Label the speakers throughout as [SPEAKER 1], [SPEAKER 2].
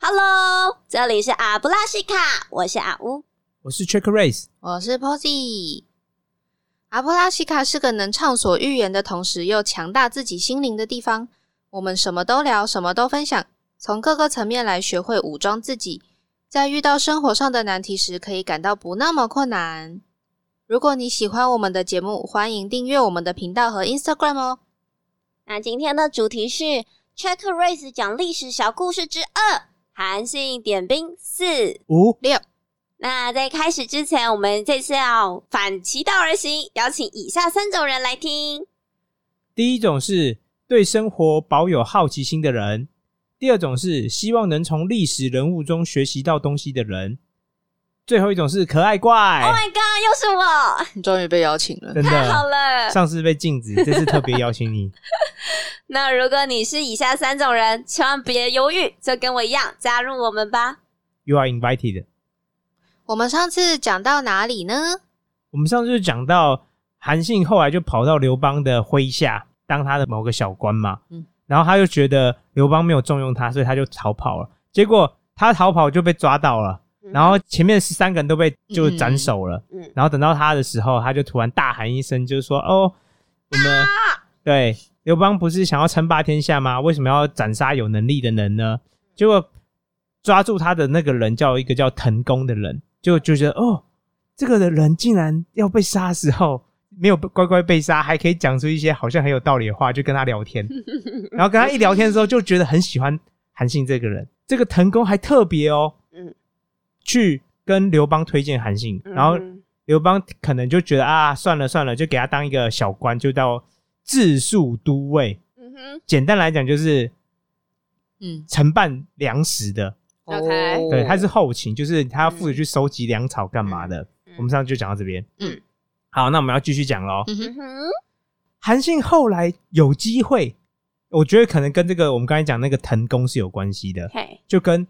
[SPEAKER 1] Hello，这里是阿布拉西卡，我是阿乌。
[SPEAKER 2] 我是 Check Race，
[SPEAKER 3] 我是 Posy。阿波拉西卡是个能畅所欲言的同时又强大自己心灵的地方。我们什么都聊，什么都分享，从各个层面来学会武装自己，在遇到生活上的难题时，可以感到不那么困难。如果你喜欢我们的节目，欢迎订阅我们的频道和 Instagram 哦。
[SPEAKER 1] 那今天的主题是 Check Race 讲历史小故事之二：韩信点兵四。
[SPEAKER 2] 五
[SPEAKER 3] 六，
[SPEAKER 1] 那在开始之前，我们这次要反其道而行，邀请以下三种人来听。
[SPEAKER 2] 第一种是对生活保有好奇心的人；第二种是希望能从历史人物中学习到东西的人；最后一种是可爱怪
[SPEAKER 1] Oh，my god，又是我，
[SPEAKER 3] 你终于被邀请了。
[SPEAKER 2] 哎 真
[SPEAKER 1] 太好
[SPEAKER 2] 的。
[SPEAKER 1] 了！
[SPEAKER 2] 上次被禁止，这次特别邀请你。
[SPEAKER 1] 那如果你是以下三种人，千万别犹豫，就跟我一样加入我们吧。
[SPEAKER 2] You are invited。
[SPEAKER 3] 我们上次讲到哪里呢？
[SPEAKER 2] 我们上次就讲到韩信后来就跑到刘邦的麾下当他的某个小官嘛，
[SPEAKER 3] 嗯
[SPEAKER 2] 然后他就觉得刘邦没有重用他，所以他就逃跑了。结果他逃跑就被抓到了，然后前面十三个人都被就斩首了。
[SPEAKER 1] 嗯，
[SPEAKER 2] 然后等到他的时候，他就突然大喊一声，就是说：“哦，我们、
[SPEAKER 1] 啊
[SPEAKER 2] 对刘邦不是想要称霸天下吗？为什么要斩杀有能力的人呢？”结果抓住他的那个人叫一个叫滕公的人，就就觉得哦，这个的人竟然要被杀的时候没有被乖乖被杀，还可以讲出一些好像很有道理的话，就跟他 聊天。然后跟他一聊天的时候，就觉得很喜欢韩信这个人。这个滕公还特别哦，
[SPEAKER 1] 嗯
[SPEAKER 2] 去跟刘邦推荐韩信，
[SPEAKER 1] 嗯
[SPEAKER 2] 然后刘邦可能就觉得啊，算了算了，就给他当一个小官，就到治粟都尉。
[SPEAKER 1] 嗯哼，
[SPEAKER 2] 简单来讲，就是
[SPEAKER 3] 嗯哦
[SPEAKER 2] 承办粮食的，
[SPEAKER 1] OK
[SPEAKER 2] 对，他是后勤，就是他要负责去收集粮草干嘛的。
[SPEAKER 1] 嗯
[SPEAKER 2] 我们上次就讲到这边，
[SPEAKER 3] 嗯，
[SPEAKER 2] 好，那我们要继续讲喽。
[SPEAKER 3] 嗯
[SPEAKER 1] 嗯
[SPEAKER 3] 哼，
[SPEAKER 1] 哼，
[SPEAKER 2] 韩信后来有机会，我觉得可能跟这个我们刚才讲那个滕公是有关系的，
[SPEAKER 1] 嘿，
[SPEAKER 2] 就跟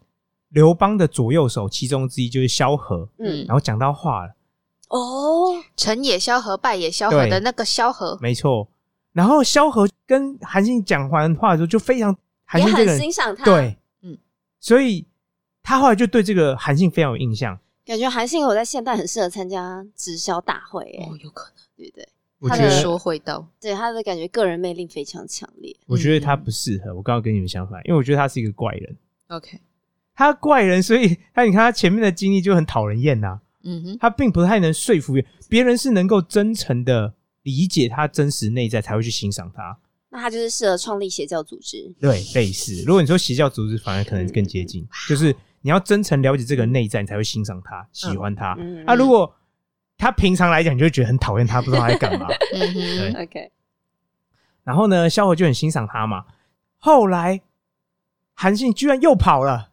[SPEAKER 2] 刘邦的左右手其中之一就是萧何，
[SPEAKER 1] 嗯
[SPEAKER 3] 嗯，
[SPEAKER 2] 然后讲到话了。
[SPEAKER 1] 哦，
[SPEAKER 3] 成也萧何，败也萧何
[SPEAKER 2] 对
[SPEAKER 3] 的那个萧何，
[SPEAKER 2] 没错。然后萧何跟韩信讲完话的时候，就非常韩
[SPEAKER 1] 也
[SPEAKER 2] 信这个
[SPEAKER 1] 很啊
[SPEAKER 2] 人
[SPEAKER 1] 欣赏他。，
[SPEAKER 2] 对，
[SPEAKER 3] 嗯
[SPEAKER 2] 嗯，所以他后来就对这个韩信非常有印象。
[SPEAKER 1] 感觉韩信有在现代很适合参加直销大会，哎，
[SPEAKER 3] 哦
[SPEAKER 2] 哦
[SPEAKER 3] 有可能。
[SPEAKER 1] 对不对？
[SPEAKER 2] 我
[SPEAKER 3] 他
[SPEAKER 2] 觉
[SPEAKER 3] 的
[SPEAKER 2] 得，
[SPEAKER 3] 说会道，
[SPEAKER 1] 对他的感觉，个人魅力非常强烈。
[SPEAKER 2] 我觉得他不适合。我刚刚跟你们相反，因为我觉得他是一个怪人，
[SPEAKER 3] OK，
[SPEAKER 2] 他怪人，所以他你看他前面的经历就很讨人厌呐、
[SPEAKER 3] 嗯哼，
[SPEAKER 2] 他并不太能说服别别人，是能够真诚的理解他真实内在才会去欣赏他。
[SPEAKER 1] 那他就是适合创立邪教组织。
[SPEAKER 2] 对，类似。如果你说邪教组织，反而可能更接近，就是你要真诚了解这个人内在，你才会欣赏他、喜欢他。
[SPEAKER 1] 嗯
[SPEAKER 2] 啊，如果他平常来讲，你就会觉得很讨厌他，不知道他在干 嘛。
[SPEAKER 3] 嗯哼，
[SPEAKER 1] OK，
[SPEAKER 2] 然后呢，萧何就很欣赏他嘛。后来韩信居然又跑了，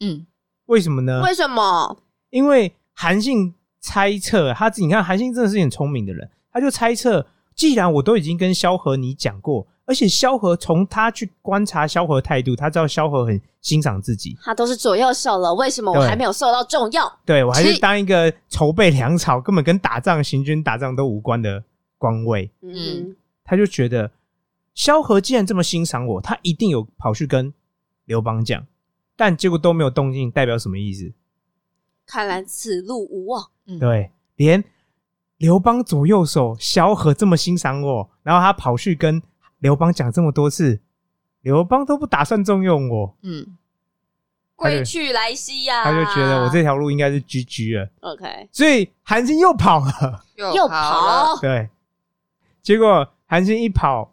[SPEAKER 3] 嗯，
[SPEAKER 2] 为什么呢？
[SPEAKER 1] 为什么？
[SPEAKER 2] 因为韩信猜测他自己，你看韩信真的是很聪明的人，他就猜测，既然我都已经跟萧何你讲过，而且萧何从他去观察萧何态度，他知道萧何很欣赏自己，
[SPEAKER 1] 他都是左右手了，为什么我
[SPEAKER 2] 对
[SPEAKER 1] 还没有受到重用？
[SPEAKER 2] 对我还
[SPEAKER 3] 是
[SPEAKER 2] 是当一个筹备粮草，根本跟打仗、行军打仗都无关的官位。
[SPEAKER 1] 嗯
[SPEAKER 2] 他就觉得萧何既然这么欣赏我，他一定有跑去跟刘邦讲，但结果都没有动静，代表什么意思？
[SPEAKER 1] 看来此路无望。
[SPEAKER 3] 嗯，
[SPEAKER 2] 对，连刘邦左右手萧何这么欣赏我，然后他跑去跟刘邦讲这么多次，刘邦都不打算重用我，
[SPEAKER 3] 嗯，
[SPEAKER 2] 他就
[SPEAKER 1] 归去来兮呀、
[SPEAKER 2] 他就觉得我这条路应该是 GG 了，
[SPEAKER 1] OK
[SPEAKER 2] 所以韩信又跑了。
[SPEAKER 1] 又
[SPEAKER 3] 又
[SPEAKER 1] 跑，
[SPEAKER 2] 对，结果韩信一跑，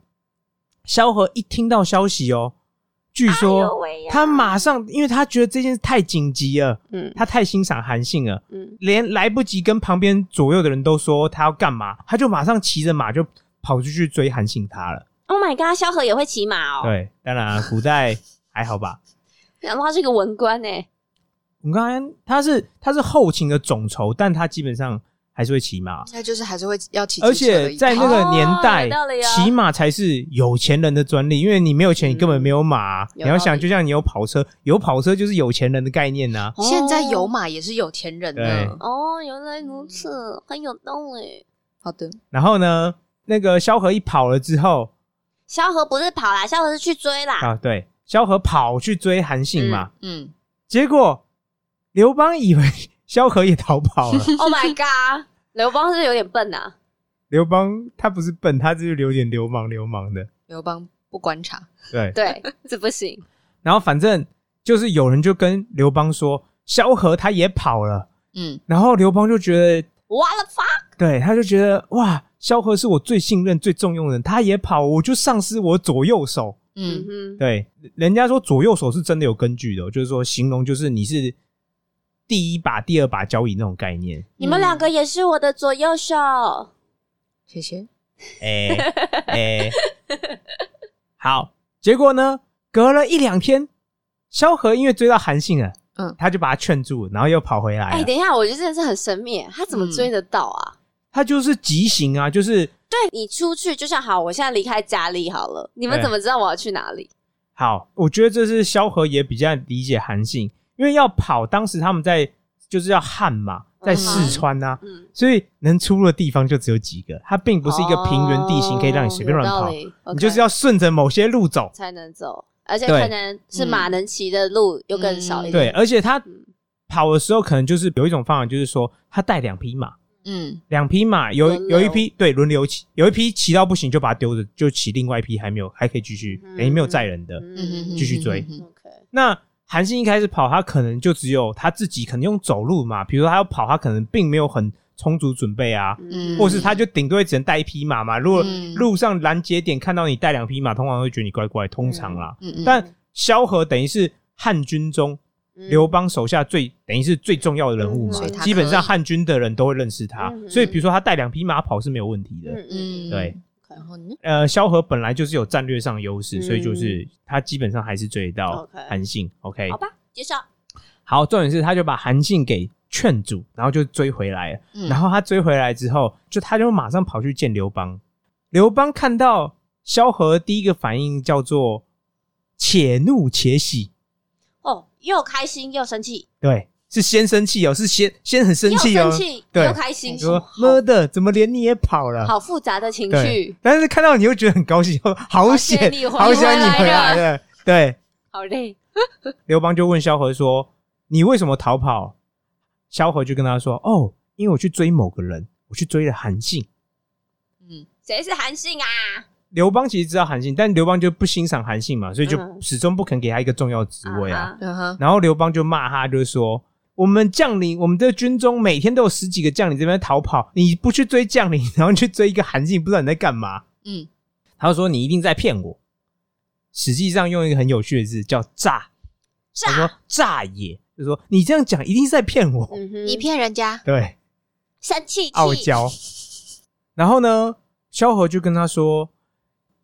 [SPEAKER 2] 萧何一听到消息哦，据
[SPEAKER 1] 哎
[SPEAKER 2] 说
[SPEAKER 1] 呦喂呀
[SPEAKER 2] 他马上，因为他觉得这件事太紧急了，
[SPEAKER 1] 嗯
[SPEAKER 2] 他太欣赏韩信了，
[SPEAKER 1] 嗯，
[SPEAKER 2] 连来不及跟旁边左右的人都说他要干嘛，他就马上骑着马就跑出去追韩信他了。
[SPEAKER 1] Oh my god，萧何也会骑马哦，
[SPEAKER 2] 对，当然啊古代还 好吧。
[SPEAKER 1] 然后他是个文官呢、
[SPEAKER 2] 我们刚才他是他是后勤的总筹，但他基本上还是会骑马，
[SPEAKER 3] 那就是还是会要骑机车
[SPEAKER 2] 而
[SPEAKER 3] 的一天，
[SPEAKER 2] 且在那个年
[SPEAKER 1] 哦有
[SPEAKER 2] 代
[SPEAKER 1] 道理，哦
[SPEAKER 2] 骑马才是有钱人的专利，因为你没有钱，你根本没有马啊。
[SPEAKER 1] 有
[SPEAKER 2] 你要
[SPEAKER 1] 道
[SPEAKER 2] 想，
[SPEAKER 1] 理
[SPEAKER 2] 就像你有跑车，有跑车就是有钱人的概念啊呐。
[SPEAKER 3] 现在有马也是有钱人的
[SPEAKER 2] 对。
[SPEAKER 1] 哦，原来如此，很有道理。
[SPEAKER 3] 好的，
[SPEAKER 2] 然后呢，那个萧何一跑了之后啊
[SPEAKER 1] 萧何不是跑啦，萧何是去追啦。
[SPEAKER 2] 啊，对，萧何跑去追韩信嘛，
[SPEAKER 3] 嗯，
[SPEAKER 2] 结果刘邦以为萧何也逃跑了，
[SPEAKER 1] Oh my god！刘邦是有点笨呐、啊
[SPEAKER 2] 刘邦他不是笨，他就是有点流氓流氓的，
[SPEAKER 3] 刘邦不观察，
[SPEAKER 2] 对。
[SPEAKER 1] 对，这不行。
[SPEAKER 2] 然后反正就是有人就跟刘邦说，萧何他也跑了，
[SPEAKER 3] 嗯，
[SPEAKER 2] 然后刘邦就觉得，
[SPEAKER 1] 完了发，
[SPEAKER 2] 对，他就觉得哇，萧何是我最信任、最重用的人，他也跑，我就丧失我左右手。
[SPEAKER 1] 嗯
[SPEAKER 3] 嗯，
[SPEAKER 1] 哼，
[SPEAKER 2] 对，人家说左右手是真的有根据的哦，就是说形容就是你是第一把、第二把交椅那种概念。
[SPEAKER 1] 你们两个也是我的左右手。
[SPEAKER 3] 谢谢。
[SPEAKER 2] 哎、哎、好，结果呢，隔了一两天，萧何因为追到韩信了，
[SPEAKER 3] 嗯
[SPEAKER 2] 他就把他劝住，然后又跑回来了。
[SPEAKER 1] 哎、等一下，我觉得真的是很神秘，他怎么追得到啊？
[SPEAKER 2] 他就是急行啊，就是
[SPEAKER 1] 对你出去，就像好，我现在离开家里好了，你们
[SPEAKER 2] 对
[SPEAKER 1] 怎么知道我要去哪里？
[SPEAKER 2] 好，我觉得这是萧何也比较理解韩信，因为要跑，当时他们在就是要汉嘛，在四川啊，
[SPEAKER 1] 嗯，
[SPEAKER 2] 所以能出入的地方就只有几个，它并不是一个平原地形可以让你随便乱跑，
[SPEAKER 1] 跑
[SPEAKER 2] 你就是要顺着某些路走。
[SPEAKER 1] 才能走，而且
[SPEAKER 2] 对
[SPEAKER 1] 可能是马能骑的路又更少一
[SPEAKER 2] 对，
[SPEAKER 1] 点。
[SPEAKER 2] 而且他
[SPEAKER 1] 嗯
[SPEAKER 2] 跑的时候可能就是有一种方法，就是说他带两匹马，
[SPEAKER 3] 嗯
[SPEAKER 2] 两匹马有
[SPEAKER 1] 轮流
[SPEAKER 2] 有一匹对轮流骑，有一匹骑到不行就把它丢着，就骑另外一匹还没有还可以继续，
[SPEAKER 1] 嗯
[SPEAKER 2] 等于没有载人的。
[SPEAKER 1] 嗯
[SPEAKER 2] 继续追
[SPEAKER 3] 嗯嗯嗯嗯
[SPEAKER 1] OK，
[SPEAKER 2] 那韩信一开始跑，他可能就只有他自己，可能用走路嘛。比如说他要跑，他可能并没有很充足准备啊，
[SPEAKER 1] 嗯
[SPEAKER 2] 或是他就顶多也只能带一匹马嘛。如果
[SPEAKER 3] 嗯
[SPEAKER 2] 路上拦截点看到你带两匹马，通常会觉得你怪怪，通常啦。
[SPEAKER 3] 嗯嗯，
[SPEAKER 2] 但萧何等于是汉军中
[SPEAKER 1] 嗯
[SPEAKER 2] 刘邦手下最等于是最重要的人物
[SPEAKER 1] 嗯
[SPEAKER 2] 嘛
[SPEAKER 1] 所以他，
[SPEAKER 3] 可以
[SPEAKER 2] 基本上汉军的人都会认识他
[SPEAKER 1] 嗯，
[SPEAKER 2] 所以比如说他带两匹马跑是没有问题的。
[SPEAKER 1] 嗯
[SPEAKER 2] 对，
[SPEAKER 3] 然后呢？
[SPEAKER 2] 呃，萧何本来就是有战略上优势，
[SPEAKER 1] 嗯
[SPEAKER 2] 所以就是他基本上还是追得到
[SPEAKER 1] OK
[SPEAKER 2] 韩信。OK，
[SPEAKER 1] 好吧，介绍
[SPEAKER 2] 好，重点是他就把韩信给劝阻，然后就追回来了。
[SPEAKER 1] 嗯
[SPEAKER 3] 嗯
[SPEAKER 2] 然后他追回来之后，就他就马上跑去见刘邦。刘邦看到萧何，第一个反应叫做且怒且喜，
[SPEAKER 1] 哦，又开心又生气，
[SPEAKER 2] 对，是先生气哦，是先先很生
[SPEAKER 1] 又
[SPEAKER 2] 气哦，
[SPEAKER 1] 生气
[SPEAKER 2] 对
[SPEAKER 1] 又开心
[SPEAKER 2] 你，说
[SPEAKER 1] 好
[SPEAKER 2] 妈的，怎么连你也跑了？
[SPEAKER 1] 好复杂的情
[SPEAKER 2] 对
[SPEAKER 1] 绪，，
[SPEAKER 2] 但是看到你又觉得很高兴，好
[SPEAKER 1] 好
[SPEAKER 2] 险
[SPEAKER 1] 险你，回
[SPEAKER 2] 好想
[SPEAKER 1] 来
[SPEAKER 2] 你
[SPEAKER 1] 了
[SPEAKER 2] 回来了。对，
[SPEAKER 1] 好累。
[SPEAKER 2] 刘邦就问萧何说：“你为什么逃跑？”萧何就跟他说：“哦，因为我去追某个人，我去追了韩信。
[SPEAKER 3] 嗯
[SPEAKER 1] 谁是韩信啊？”
[SPEAKER 2] 刘邦其实知道韩信，但刘邦就不欣赏韩信嘛，所以就
[SPEAKER 1] 嗯
[SPEAKER 2] 始终不肯给他一个重要职位啊。
[SPEAKER 1] 哈，
[SPEAKER 3] 嗯哼，
[SPEAKER 2] 然后刘邦就骂他，就是说：“我们将领，我们的军中每天都有十几个将领这边逃跑，你不去追将领，然后去追一个韩信，不知道你在干嘛。
[SPEAKER 3] 嗯”
[SPEAKER 2] 他就说：“你一定在骗我。”实际上用一个很有趣的字叫“诈”，他说
[SPEAKER 1] 炸，：“
[SPEAKER 2] 诈也”，就是说你这样讲一定是在骗我。
[SPEAKER 1] 嗯哼
[SPEAKER 3] 你骗 人家，哦
[SPEAKER 2] 对，
[SPEAKER 1] 生气气
[SPEAKER 2] 傲娇。然后呢，萧何就跟他说，